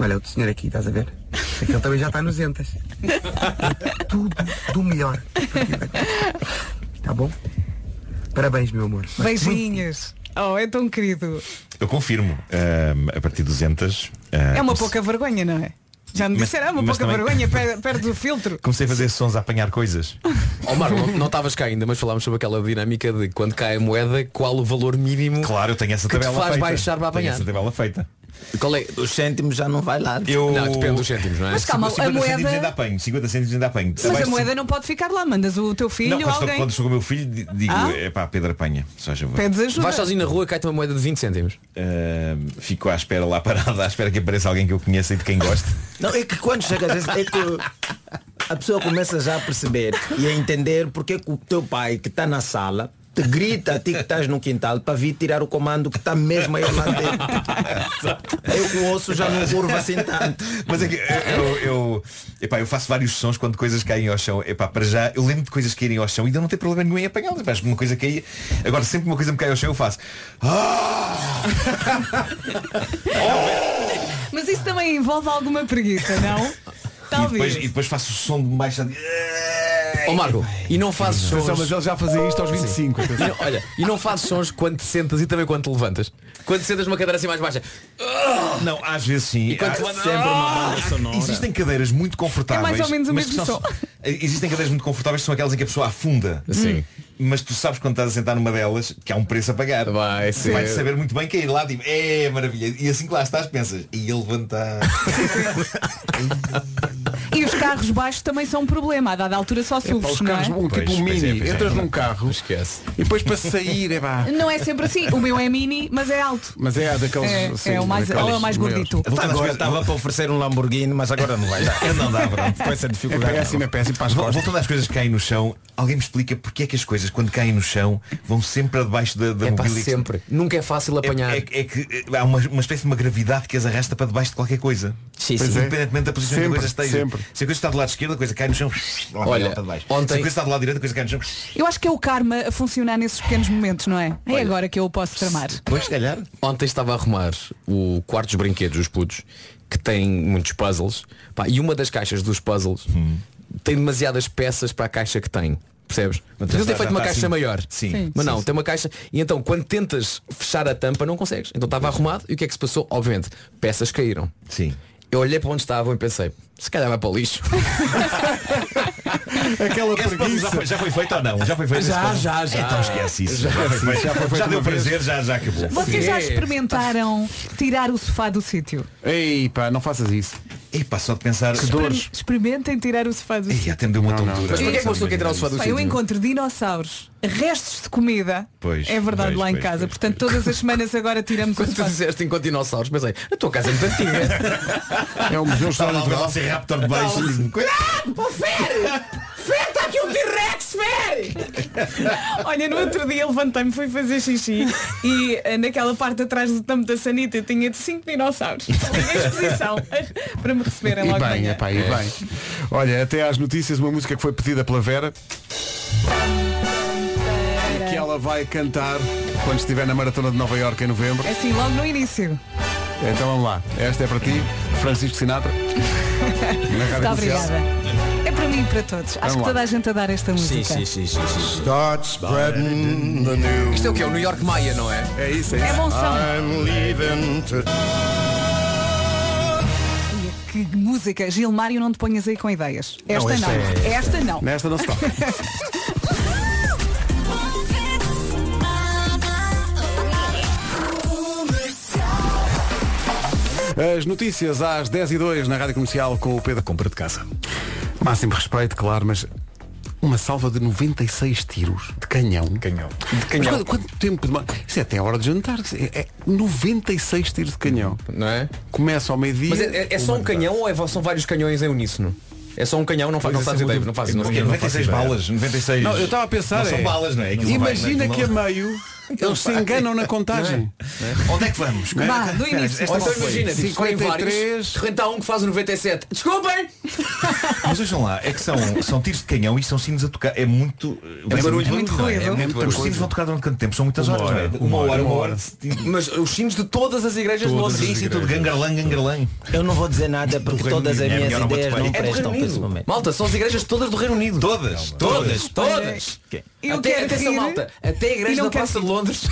S18: Olha, outro senhor aqui, tá estás a ver? Aquele também já está nos entas. É Tudo do melhor. Tá bom? Parabéns, meu amor.
S2: Beijinhos. Oh, é tão querido.
S10: Eu confirmo, ah, a partir de 200. ah,
S2: É uma
S10: comecei-
S2: pouca vergonha, não é? Já me
S10: Mas-
S2: disseram, é uma
S10: mas
S2: pouca
S10: também-
S2: vergonha, per- perde o filtro.
S10: Comecei a fazer sons a apanhar coisas.
S6: Ó Oh, Marco, não- não estavas cá ainda, mas falámos sobre aquela dinâmica de quando cai a moeda, qual o valor mínimo
S10: Claro, eu tenho essa
S6: que te
S10: tabela
S6: faz
S10: feita.
S6: baixar para
S10: Tenho
S6: apanhar.
S10: essa tabela feita.
S6: Qual é?
S12: Os cêntimos já não vai lá.
S10: Eu...
S6: Não, depende dos cêntimos, não é?
S2: Mas calma, a
S10: 50 cêntimos
S2: moeda-
S10: ainda apanho, 50 cêntimos ainda apanho.
S2: Mas a
S10: Abaixo de
S2: moeda não pode ficar lá, mandas o teu
S10: Não,
S2: filho
S10: quando,
S2: ou
S10: estou,
S2: alguém.
S10: quando estou com o meu filho, di- digo,
S2: Ah?
S10: é pá, Pedro apanha. Só já vou.
S2: Pedes ajuda.
S6: Vais sozinho na rua, cai-te uma moeda de 20 cêntimos.
S10: Ah, fico à espera lá parada, à espera que apareça alguém que eu conheça e de quem goste.
S12: Não, é que quando chegas a esse- é que a pessoa começa já a perceber e a entender porque é que o teu pai que está na sala te grita a ti que estás no quintal para vir tirar o comando que está mesmo aí lá dentro. Eu com o osso já não curva assim tanto.
S10: Mas é que eu, eu, epá, eu faço vários sons quando coisas caem ao chão. Epá, para já, eu lembro de coisas caírem ao chão e ainda não tem problema nenhum em apanhá-las. Mas uma coisa caía. Agora, sempre que uma coisa me cai ao chão, eu faço. "Ah!"
S2: Mas isso também envolve alguma preguiça, não?
S10: e,
S2: Talvez.
S10: depois, e depois faço o som de mais.
S6: Ó Marco, e não fazes sons.
S1: Atenção, mas ele já fazia isto aos 25.
S6: Sim. E não- olha, e não fazes sons quando te sentas e também quando te levantas. Quando te sentas numa cadeira assim mais baixa.
S10: Não, às vezes sim.
S6: E quando
S10: Há
S6: te levantas- Ah!
S10: Existem cadeiras muito confortáveis.
S6: É mais ou menos o
S10: mas que
S6: mesmo
S10: são- eh,
S6: som.
S10: Existem cadeiras muito confortáveis que são aquelas em que a pessoa afunda. Hum.
S6: Sim.
S10: Mas tu sabes quando estás a sentar numa delas que há um preço a pagar. Vai
S6: ser.
S10: Vai saber muito bem cair lá, tipo, é maravilha. E assim que lá estás pensas, e ele levantar.
S2: E os carros baixos também são um problema. A dada altura só
S1: É, pá,
S2: SUVs,
S1: os
S2: não
S1: carros,
S2: é?
S1: um tipo um mini, entras
S3: Uhum.
S1: num carro esquece. e depois para sair, é pá.
S2: Não é sempre assim. O meu é mini, mas é alto.
S1: Mas é daqueles.
S2: É, é o mais, ou é o mais gordito.
S12: Agora estava para oferecer um Lamborghini, mas agora não vai dar.
S10: Eu não dá, Bruno.
S12: Com essa dificuldade.
S10: É péssimo,
S1: é péssimo para
S10: as Voltando às coisas que caem no chão, alguém me explica porque é que as coisas, quando caem no chão, vão sempre abaixo da, da
S6: É pá,
S10: mobília que-
S6: sempre. Nunca é fácil apanhar.
S10: É, é que é, há uma, uma espécie de uma gravidade que as arrasta para debaixo de qualquer coisa.
S6: Sim,
S10: Pois
S6: sim.
S10: é. Independentemente da posição
S6: Sempre,
S10: que a coisa esteja.
S6: sempre.
S10: Se a coisa está do lado esquerdo, a coisa cai no chão. Lá vai
S6: Olha,
S10: ela para debaixo.
S6: ontem-
S10: Se a coisa está do lado direito, a coisa cai no chão.
S2: Eu acho que é o karma a funcionar nesses pequenos momentos, não é? É agora que eu o posso tramar.
S10: Pois, se calhar.
S6: Ontem estava a arrumar o quarto dos brinquedos, os putos, que tem muitos puzzles. Pá, e uma das caixas dos puzzles tem demasiadas peças para a caixa que tem. Percebes? Mas
S10: já
S6: tem
S10: está-
S6: feito
S10: já
S6: uma
S10: está
S6: caixa
S10: assim.
S6: maior.
S10: Sim. Sim.
S6: Mas não,
S10: Sim,
S6: tem uma caixa. E então, quando tentas fechar a tampa, não consegues. Então estava arrumado e o que é que se passou? Obviamente, peças caíram.
S10: Sim.
S6: Eu olhei para onde estavam e pensei, se calhar vai para o lixo.
S1: Aquela
S10: Esse puzzle já foi, já foi feito ou não? Já foi feito
S6: Já,
S10: esse puzzle?
S6: já, já.
S10: Então esquece isso.
S6: Já,
S10: Já, foi
S6: sim,
S10: feito.
S6: já foi feito
S10: Já deu
S6: uma vez.
S10: prazer, já, já acabou.
S2: Vocês já experimentaram tirar o sofá do sítio?
S1: Ei pá, não faças isso.
S10: Ei pá, só de pensar.
S1: Que dores.
S2: Experim- Experimentem tirar o sofá do sítio.
S10: Atendeu uma
S1: não.
S10: tontura.
S1: Mas porquê é que uma pessoa quer tirar o sofá
S2: Pá, eu encontro dinossauros, restos de comida.
S6: Pois,
S2: é verdade
S6: pois,
S2: lá em
S6: pois,
S2: casa. Portanto, todas as semanas agora tiramos o
S6: Quando tu
S2: sofá.
S6: disseste enquanto dinossauros, pensei, a tua casa é muito antiga.
S1: É um museu
S6: Estava lá o Velociraptor de baixo.
S13: Então, Cuidado! Ô Fer! Fer, está aqui um T-Rex, Fer!
S2: Olha, no outro dia levantei-me, fui fazer xixi e eh, naquela parte atrás do tampo da sanita eu tinha de cinco dinossauros em exposição para me receberem
S1: E
S2: logo de
S1: bem,
S2: manhã.
S1: é pá, e bem. Olha, até às notícias, uma música que foi pedida pela Vera. Que ela vai cantar quando estiver na Maratona de Nova Iorque em novembro.
S2: É Assim, logo no início.
S1: Então vamos lá. Esta é para ti, Francisco Sinatra. Na Rádio
S2: Muito
S1: Comercial.
S2: obrigada. É para mim e para todos. Acho
S1: Vamos
S2: que
S1: lá.
S2: toda a gente adora esta música.
S19: Start spreading the news.
S6: Isto é o que? O New York Maia, não é?
S1: É isso,
S2: é isso. É bom som.
S19: I'm leaving to...
S2: Que música, Gilmário, não te ponhas aí com ideias. Esta não.
S1: é-
S2: Esta não.
S1: Nesta não se toca. As notícias às 10 e 2 na Rádio Comercial com o Pedro Compra de Casa. Máximo respeito, claro, mas uma salva de 96 tiros de canhão. Canhão. De
S6: canhão.
S1: quanto, quanto tempo demora? Isso é até a hora de jantar. isso É, é 96 tiros de canhão.
S6: Não é?
S1: Começa ao meio-dia.
S6: Mas é, é- é só um
S1: uma-
S6: canhão ou é- são vários canhões em uníssono? É só um canhão, não, faz, não
S1: Pois,
S6: fazes
S1: esse é o
S6: ideia,
S1: motivo.
S6: não fazes
S1: Não,
S6: não,
S1: não
S6: não
S1: faço
S6: fazes
S1: ideia.
S6: ideia.
S1: Não, eu estava a pensar. é, Imagina que é a meio
S6: Então
S1: eles se enganam na contagem.
S10: Onde é que vamos?
S1: Vá, do início.
S6: Ou então imagina,
S1: Sim,
S6: se forem vários,
S1: 53.
S6: de repente há um que faz o 97. Desculpem!
S10: Mas vejam lá, é que são, são tiros de canhão e são sinos a tocar. É muito.
S6: É barulho, muito
S10: não é?
S6: ruído.
S10: É muito
S6: Muita
S10: barulho. Os
S6: coisa.
S10: sinos vão tocar durante quanto tempo? São muitas
S6: Uma
S10: horas,
S6: hora,
S10: não é?
S6: uma
S10: Uma
S6: hora,
S10: hora, uma
S6: uma
S10: hora.
S6: Mas os sinos de todas as igrejas
S10: Todas
S6: nossas.
S10: as igrejas. Sim, sim, tudo gangarlã, gangarlã.
S12: Eu não vou dizer nada porque
S6: Reino
S12: todas as
S6: Unido. É
S12: minhas
S6: melhor não
S12: ideias
S6: bater.
S12: não
S6: É do
S12: prestam
S6: Reino
S12: para esse
S6: Unido.
S12: momento.
S6: Malta, são as igrejas todas do Reino Unido.
S10: Todas,
S6: todas, todas.
S2: Eu
S6: até,
S2: quero
S6: atenção,
S2: rir.
S6: malta, até a
S2: E
S6: igreja da
S2: não quero
S6: Praça de Londres.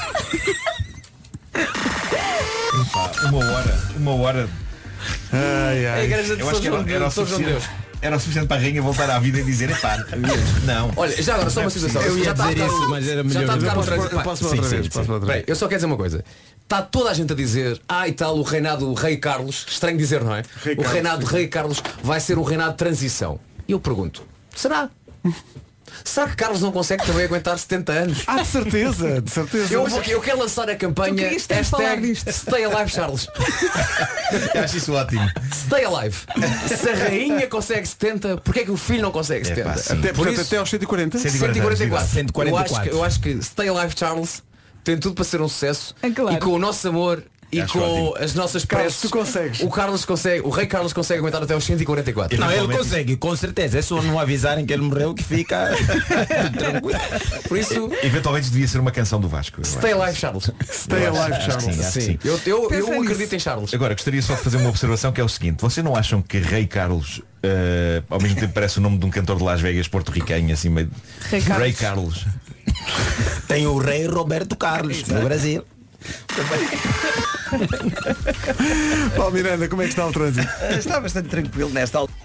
S10: Epá, Uma hora, uma hora.
S1: Ai,
S6: ai. É A igreja de
S10: Eu acho
S6: São
S10: que era,
S6: João-
S10: era o
S6: de São João
S10: suficiente. Era o suficiente para a rainha voltar à vida e dizer, epá, não. é
S6: Olha, já agora só uma situação.
S10: Eu
S6: já
S10: ia
S6: está a
S10: dizer
S6: tocar-
S10: isso, mas
S6: Já
S10: era
S6: tá
S10: melhor.
S6: está a tocar
S10: Eu
S6: o
S10: posso-
S6: trânsito.
S10: eu posso outra vez, posso outra vez.
S6: Bem, eu só quero dizer uma coisa. Está toda a gente a dizer, ai tal, o reinado do Rei Carlos, estranho dizer, não é?
S1: Rei
S6: o
S1: Carlos.
S6: reinado do Rei Carlos vai ser um reinado de transição. E eu pergunto, será? Será que Carlos não consegue também aguentar 70 anos?
S1: Ah, de certeza, de certeza.
S6: Eu, vou- eu quero lançar a
S1: Tu
S6: campanha
S1: querias ter falado
S6: hashtag
S1: disto.
S6: Stay Alive Charles.
S10: Acho isso ótimo.
S6: Stay Alive. Se a rainha consegue 70, porquê é que o filho não consegue 70?
S1: pá, sim. Até- portanto, até aos 140?
S6: 144.
S1: 144.
S6: Eu, acho que, eu acho que Stay Alive Charles tem tudo para ser um sucesso.
S2: É claro.
S6: E com o nosso amor e
S1: Acho
S6: com
S1: ótimo.
S6: as nossas
S1: Carlos,
S6: preces.
S1: tu consegues.
S6: O Carlos consegue, o rei Carlos consegue aguentar até aos 144.
S12: Não, ele consegue, com certeza. É só não avisarem que ele morreu que fica.
S6: Por isso.
S10: E- Eventualmente devia ser uma canção do Vasco. eu acho.
S6: Stay Alive Charles.
S10: Stay Eu acho- Alive, acho que Charles. sim, acho que sim.
S6: Eu, eu, eu
S10: Pensa nisso.
S6: acredito em Charles.
S10: Agora, gostaria só de fazer uma observação que é o seguinte. Vocês não acham que Rei Carlos, eh, ao mesmo tempo parece o nome de um cantor de Las Vegas porto-riquenho, assim meio...
S12: Rei Carlos.
S10: Rei Carlos.
S12: Tem o rei Roberto Carlos do Brasil.
S1: Paulo Miranda, como é que está o trânsito?
S5: Está bastante tranquilo nesta altura.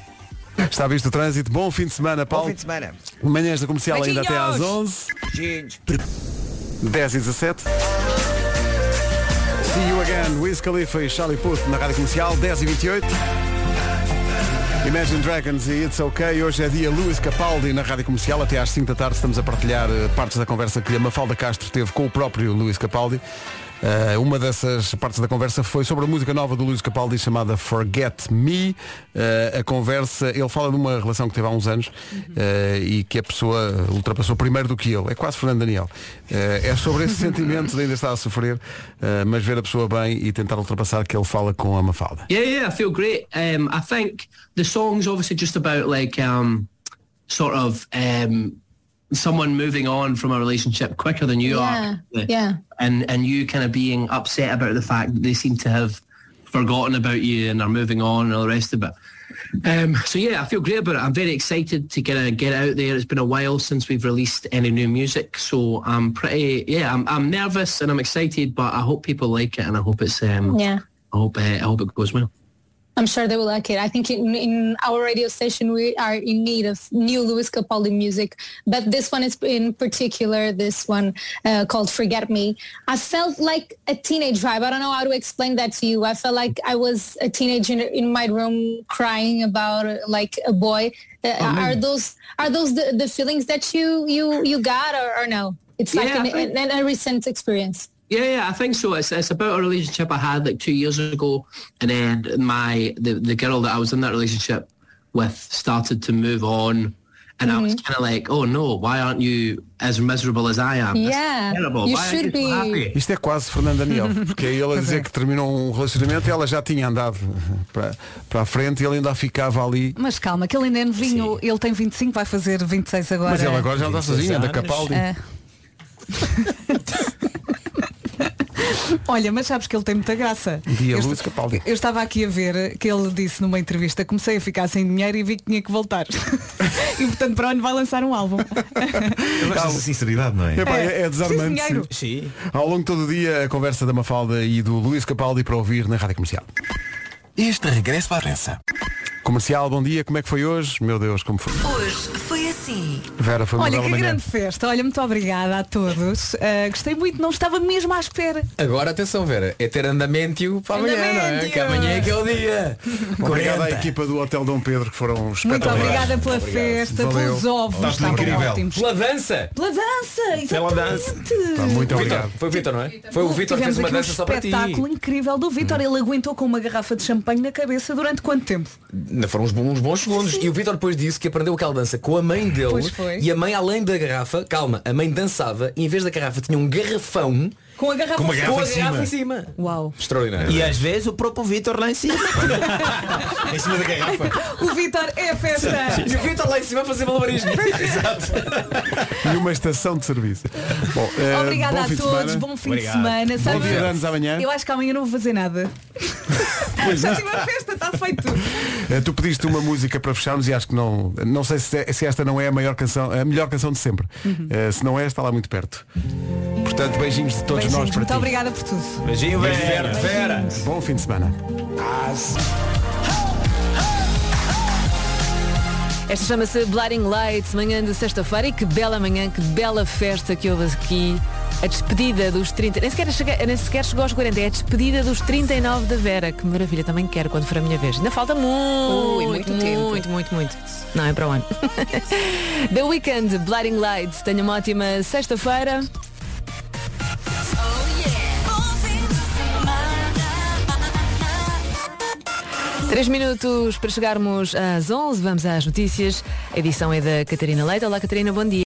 S1: Está visto o trânsito. Bom fim de semana, Paulo.
S5: fim de semana.
S1: Manhãs da comercial ainda até às 11. 10 e 17. See you again, Wiz Khalifa e Charlie Puth na Rádio Comercial, 10 e 28. Imagine Dragons e It's OK. Hoje é dia Luís Capaldi na Rádio Comercial. Até às 5 da tarde estamos a partilhar eh, partes da conversa que a Mafalda Castro teve com o próprio Luís Capaldi. Eh, uma dessas partes da conversa foi sobre a música nova do Luís Capaldi chamada Forget Me. Eh, a conversa, ele fala de uma relação que teve há uns anos eh, e que a pessoa ultrapassou primeiro do que ele. É quase Fernando Daniel. Eh, é sobre esse sentimento de ainda estar a sofrer, eh, mas ver a pessoa bem e tentar ultrapassar que ele fala com a Mafalda.
S20: Yeah, yeah, I feel great. Um, I think the song's obviously just about like um, sort of um, someone moving on from a relationship quicker than you
S21: yeah,
S20: are,
S21: yeah.
S20: and and you kind of being upset about the fact that they seem to have forgotten about you and are moving on and all the rest of it. Um, so yeah, I feel great about it. I'm very excited to kind of get out there. It's been a while since we've released any new music, so I'm pretty yeah. I'm, I'm nervous and I'm excited, but I hope people like it and I hope it's um,
S21: Yeah.
S20: I hope uh, I hope it goes well.
S21: I'm sure they will like it. I think in, in our radio station we are in need of new Luis Capaldi music, but this one is in particular this one uh, called "Forget Me." I felt like a teenage vibe. I don't know how to explain that to you. I felt like I was a teenager in, in my room crying about uh, like a boy. Uh,
S20: Oh,
S21: are those are those the, the feelings that you you you got or, or no? It's like
S20: Yeah, I
S21: an,
S20: think-
S21: an, a recent experience.
S20: Yeah, yeah, I think so. It's it's about a relationship I had like two years ago, and then my the, the girl that I was in that relationship with started to move on, and I was
S21: Mm-hmm.
S20: kind of like, oh no, why aren't you as miserable as I am? That's
S21: Yeah,
S20: terrible.
S21: you
S20: why aren't
S21: should
S20: you so happy?"
S21: be.
S1: Isto é quase Fernando Daniel, porque é ele a dizer que terminou um relacionamento e ela já tinha andado para, para a frente e ele ainda ficava ali.
S2: Mas calma, que ele ainda é novinho, ele tem 25, vai fazer 26 agora.
S1: Mas ele agora já não está sozinho, anda
S2: 26
S1: Capaldi.
S2: É. É. Olha, mas sabes que ele tem muita graça.
S18: Um
S1: Dia
S2: eu,
S1: Luís Capaldi.
S2: eu estava aqui a ver que ele disse numa entrevista, comecei a ficar sem dinheiro e vi que tinha que voltar. e portanto para onde vai lançar um álbum.
S10: Eu gosto dessa sinceridade, não é?
S1: Epá, é, é
S2: É, sim,
S1: desarmante.
S2: dinheiro.
S1: sim. Ao longo de todo o dia, a conversa da Mafalda e do Luís Capaldi para ouvir na Rádio Comercial. Este regresso à Rença. Comercial, bom dia, como é que foi hoje? Meu Deus, como foi?
S2: Hoje foi assim.
S1: Vera, foi uma
S2: Olha
S1: bela
S2: que
S1: manhã.
S2: grande festa. Olha, muito obrigada a todos. Ah, gostei muito, não estava mesmo à espera.
S6: Agora atenção, Vera, é ter andamento para amanhã, não é?
S2: Andamento.
S6: Que amanhã é que é o dia.
S1: Obrigado à
S6: 40.
S1: equipa do Hotel Dom Pedro, que foram
S2: Muito
S1: espetaculares.
S2: obrigada pela festa,
S1: Valeu.
S2: pelos ovos.
S1: Está tudo
S2: estavam
S1: incrível.
S2: ótimos.
S6: Pela dança.
S2: Pela dança,
S6: Pela dança.
S2: exatamente.
S6: Pá, muito
S1: Vitor,
S6: obrigado. Foi o Vitor, não é? Foi o Vitor que
S2: Tivemos
S6: fez uma
S2: aqui
S6: dança
S2: um
S6: só para ti. Hum.
S2: espetáculo incrível do Vitor. Ele aguentou com uma garrafa de champanhe na cabeça durante quanto tempo?
S6: Não, Foram uns bons, uns bons segundos. E o Vitor depois disse que aprendeu aquela dança com a mãe
S2: Pois
S6: dele.
S2: foi.
S6: E a mãe, além da garrafa, calma, a mãe dançava e em vez da garrafa tinha um garrafão.
S2: Com a garrafa,
S6: Com uma garrafa
S2: com a
S6: em
S2: garrafa em
S6: cima.
S2: cima. Uau.
S6: Extraordinário.
S12: E às vezes o próprio Vitor lá em cima.
S6: em cima da É garrafa.
S2: O Vitor é a festa.
S6: E o Vitor lá em cima a fazer malabarismo.
S1: E uma estação de serviço. Bom, eh,
S2: Obrigada
S1: bom
S2: a
S1: fim de
S2: todos,
S1: semana.
S2: bom fim de semana.
S1: Bom
S2: Sabe-
S1: dia de anos amanhã.
S2: Eu acho que amanhã não vou fazer nada.
S1: Pois é.
S2: Já
S1: não.
S2: tive a festa, está feito.
S1: Eh, Tu pediste uma música para fecharmos e acho que não. Não sei se, é- se esta não é a maior canção, a melhor canção de sempre.
S2: Uhum.
S1: Eh, se não é, está lá muito perto. Portanto, beijinhos de todos
S2: Beijinhos,
S1: nós para
S2: muito
S1: ti.
S2: obrigada por tudo.
S1: Beijinho,
S6: Vera.
S1: Vera. Bom fim de semana.
S22: Esta chama-se Blinding Lights, manhã de sexta-feira e que bela manhã, que bela festa que houve aqui. A despedida dos 30, nem sequer, chega- nem sequer chegou aos 40, é a despedida dos 39 da Vera. Que maravilha, também quero quando for a minha vez. Ainda falta muito, Ui, muito tempo. muito, muito, muito. Não, é para o ano. The Weekend, Blinding Lights. Tenha uma ótima sexta-feira. Três minutos para chegarmos às 11, vamos às notícias. A edição é da Catarina Leite. Olá, Catarina, bom dia.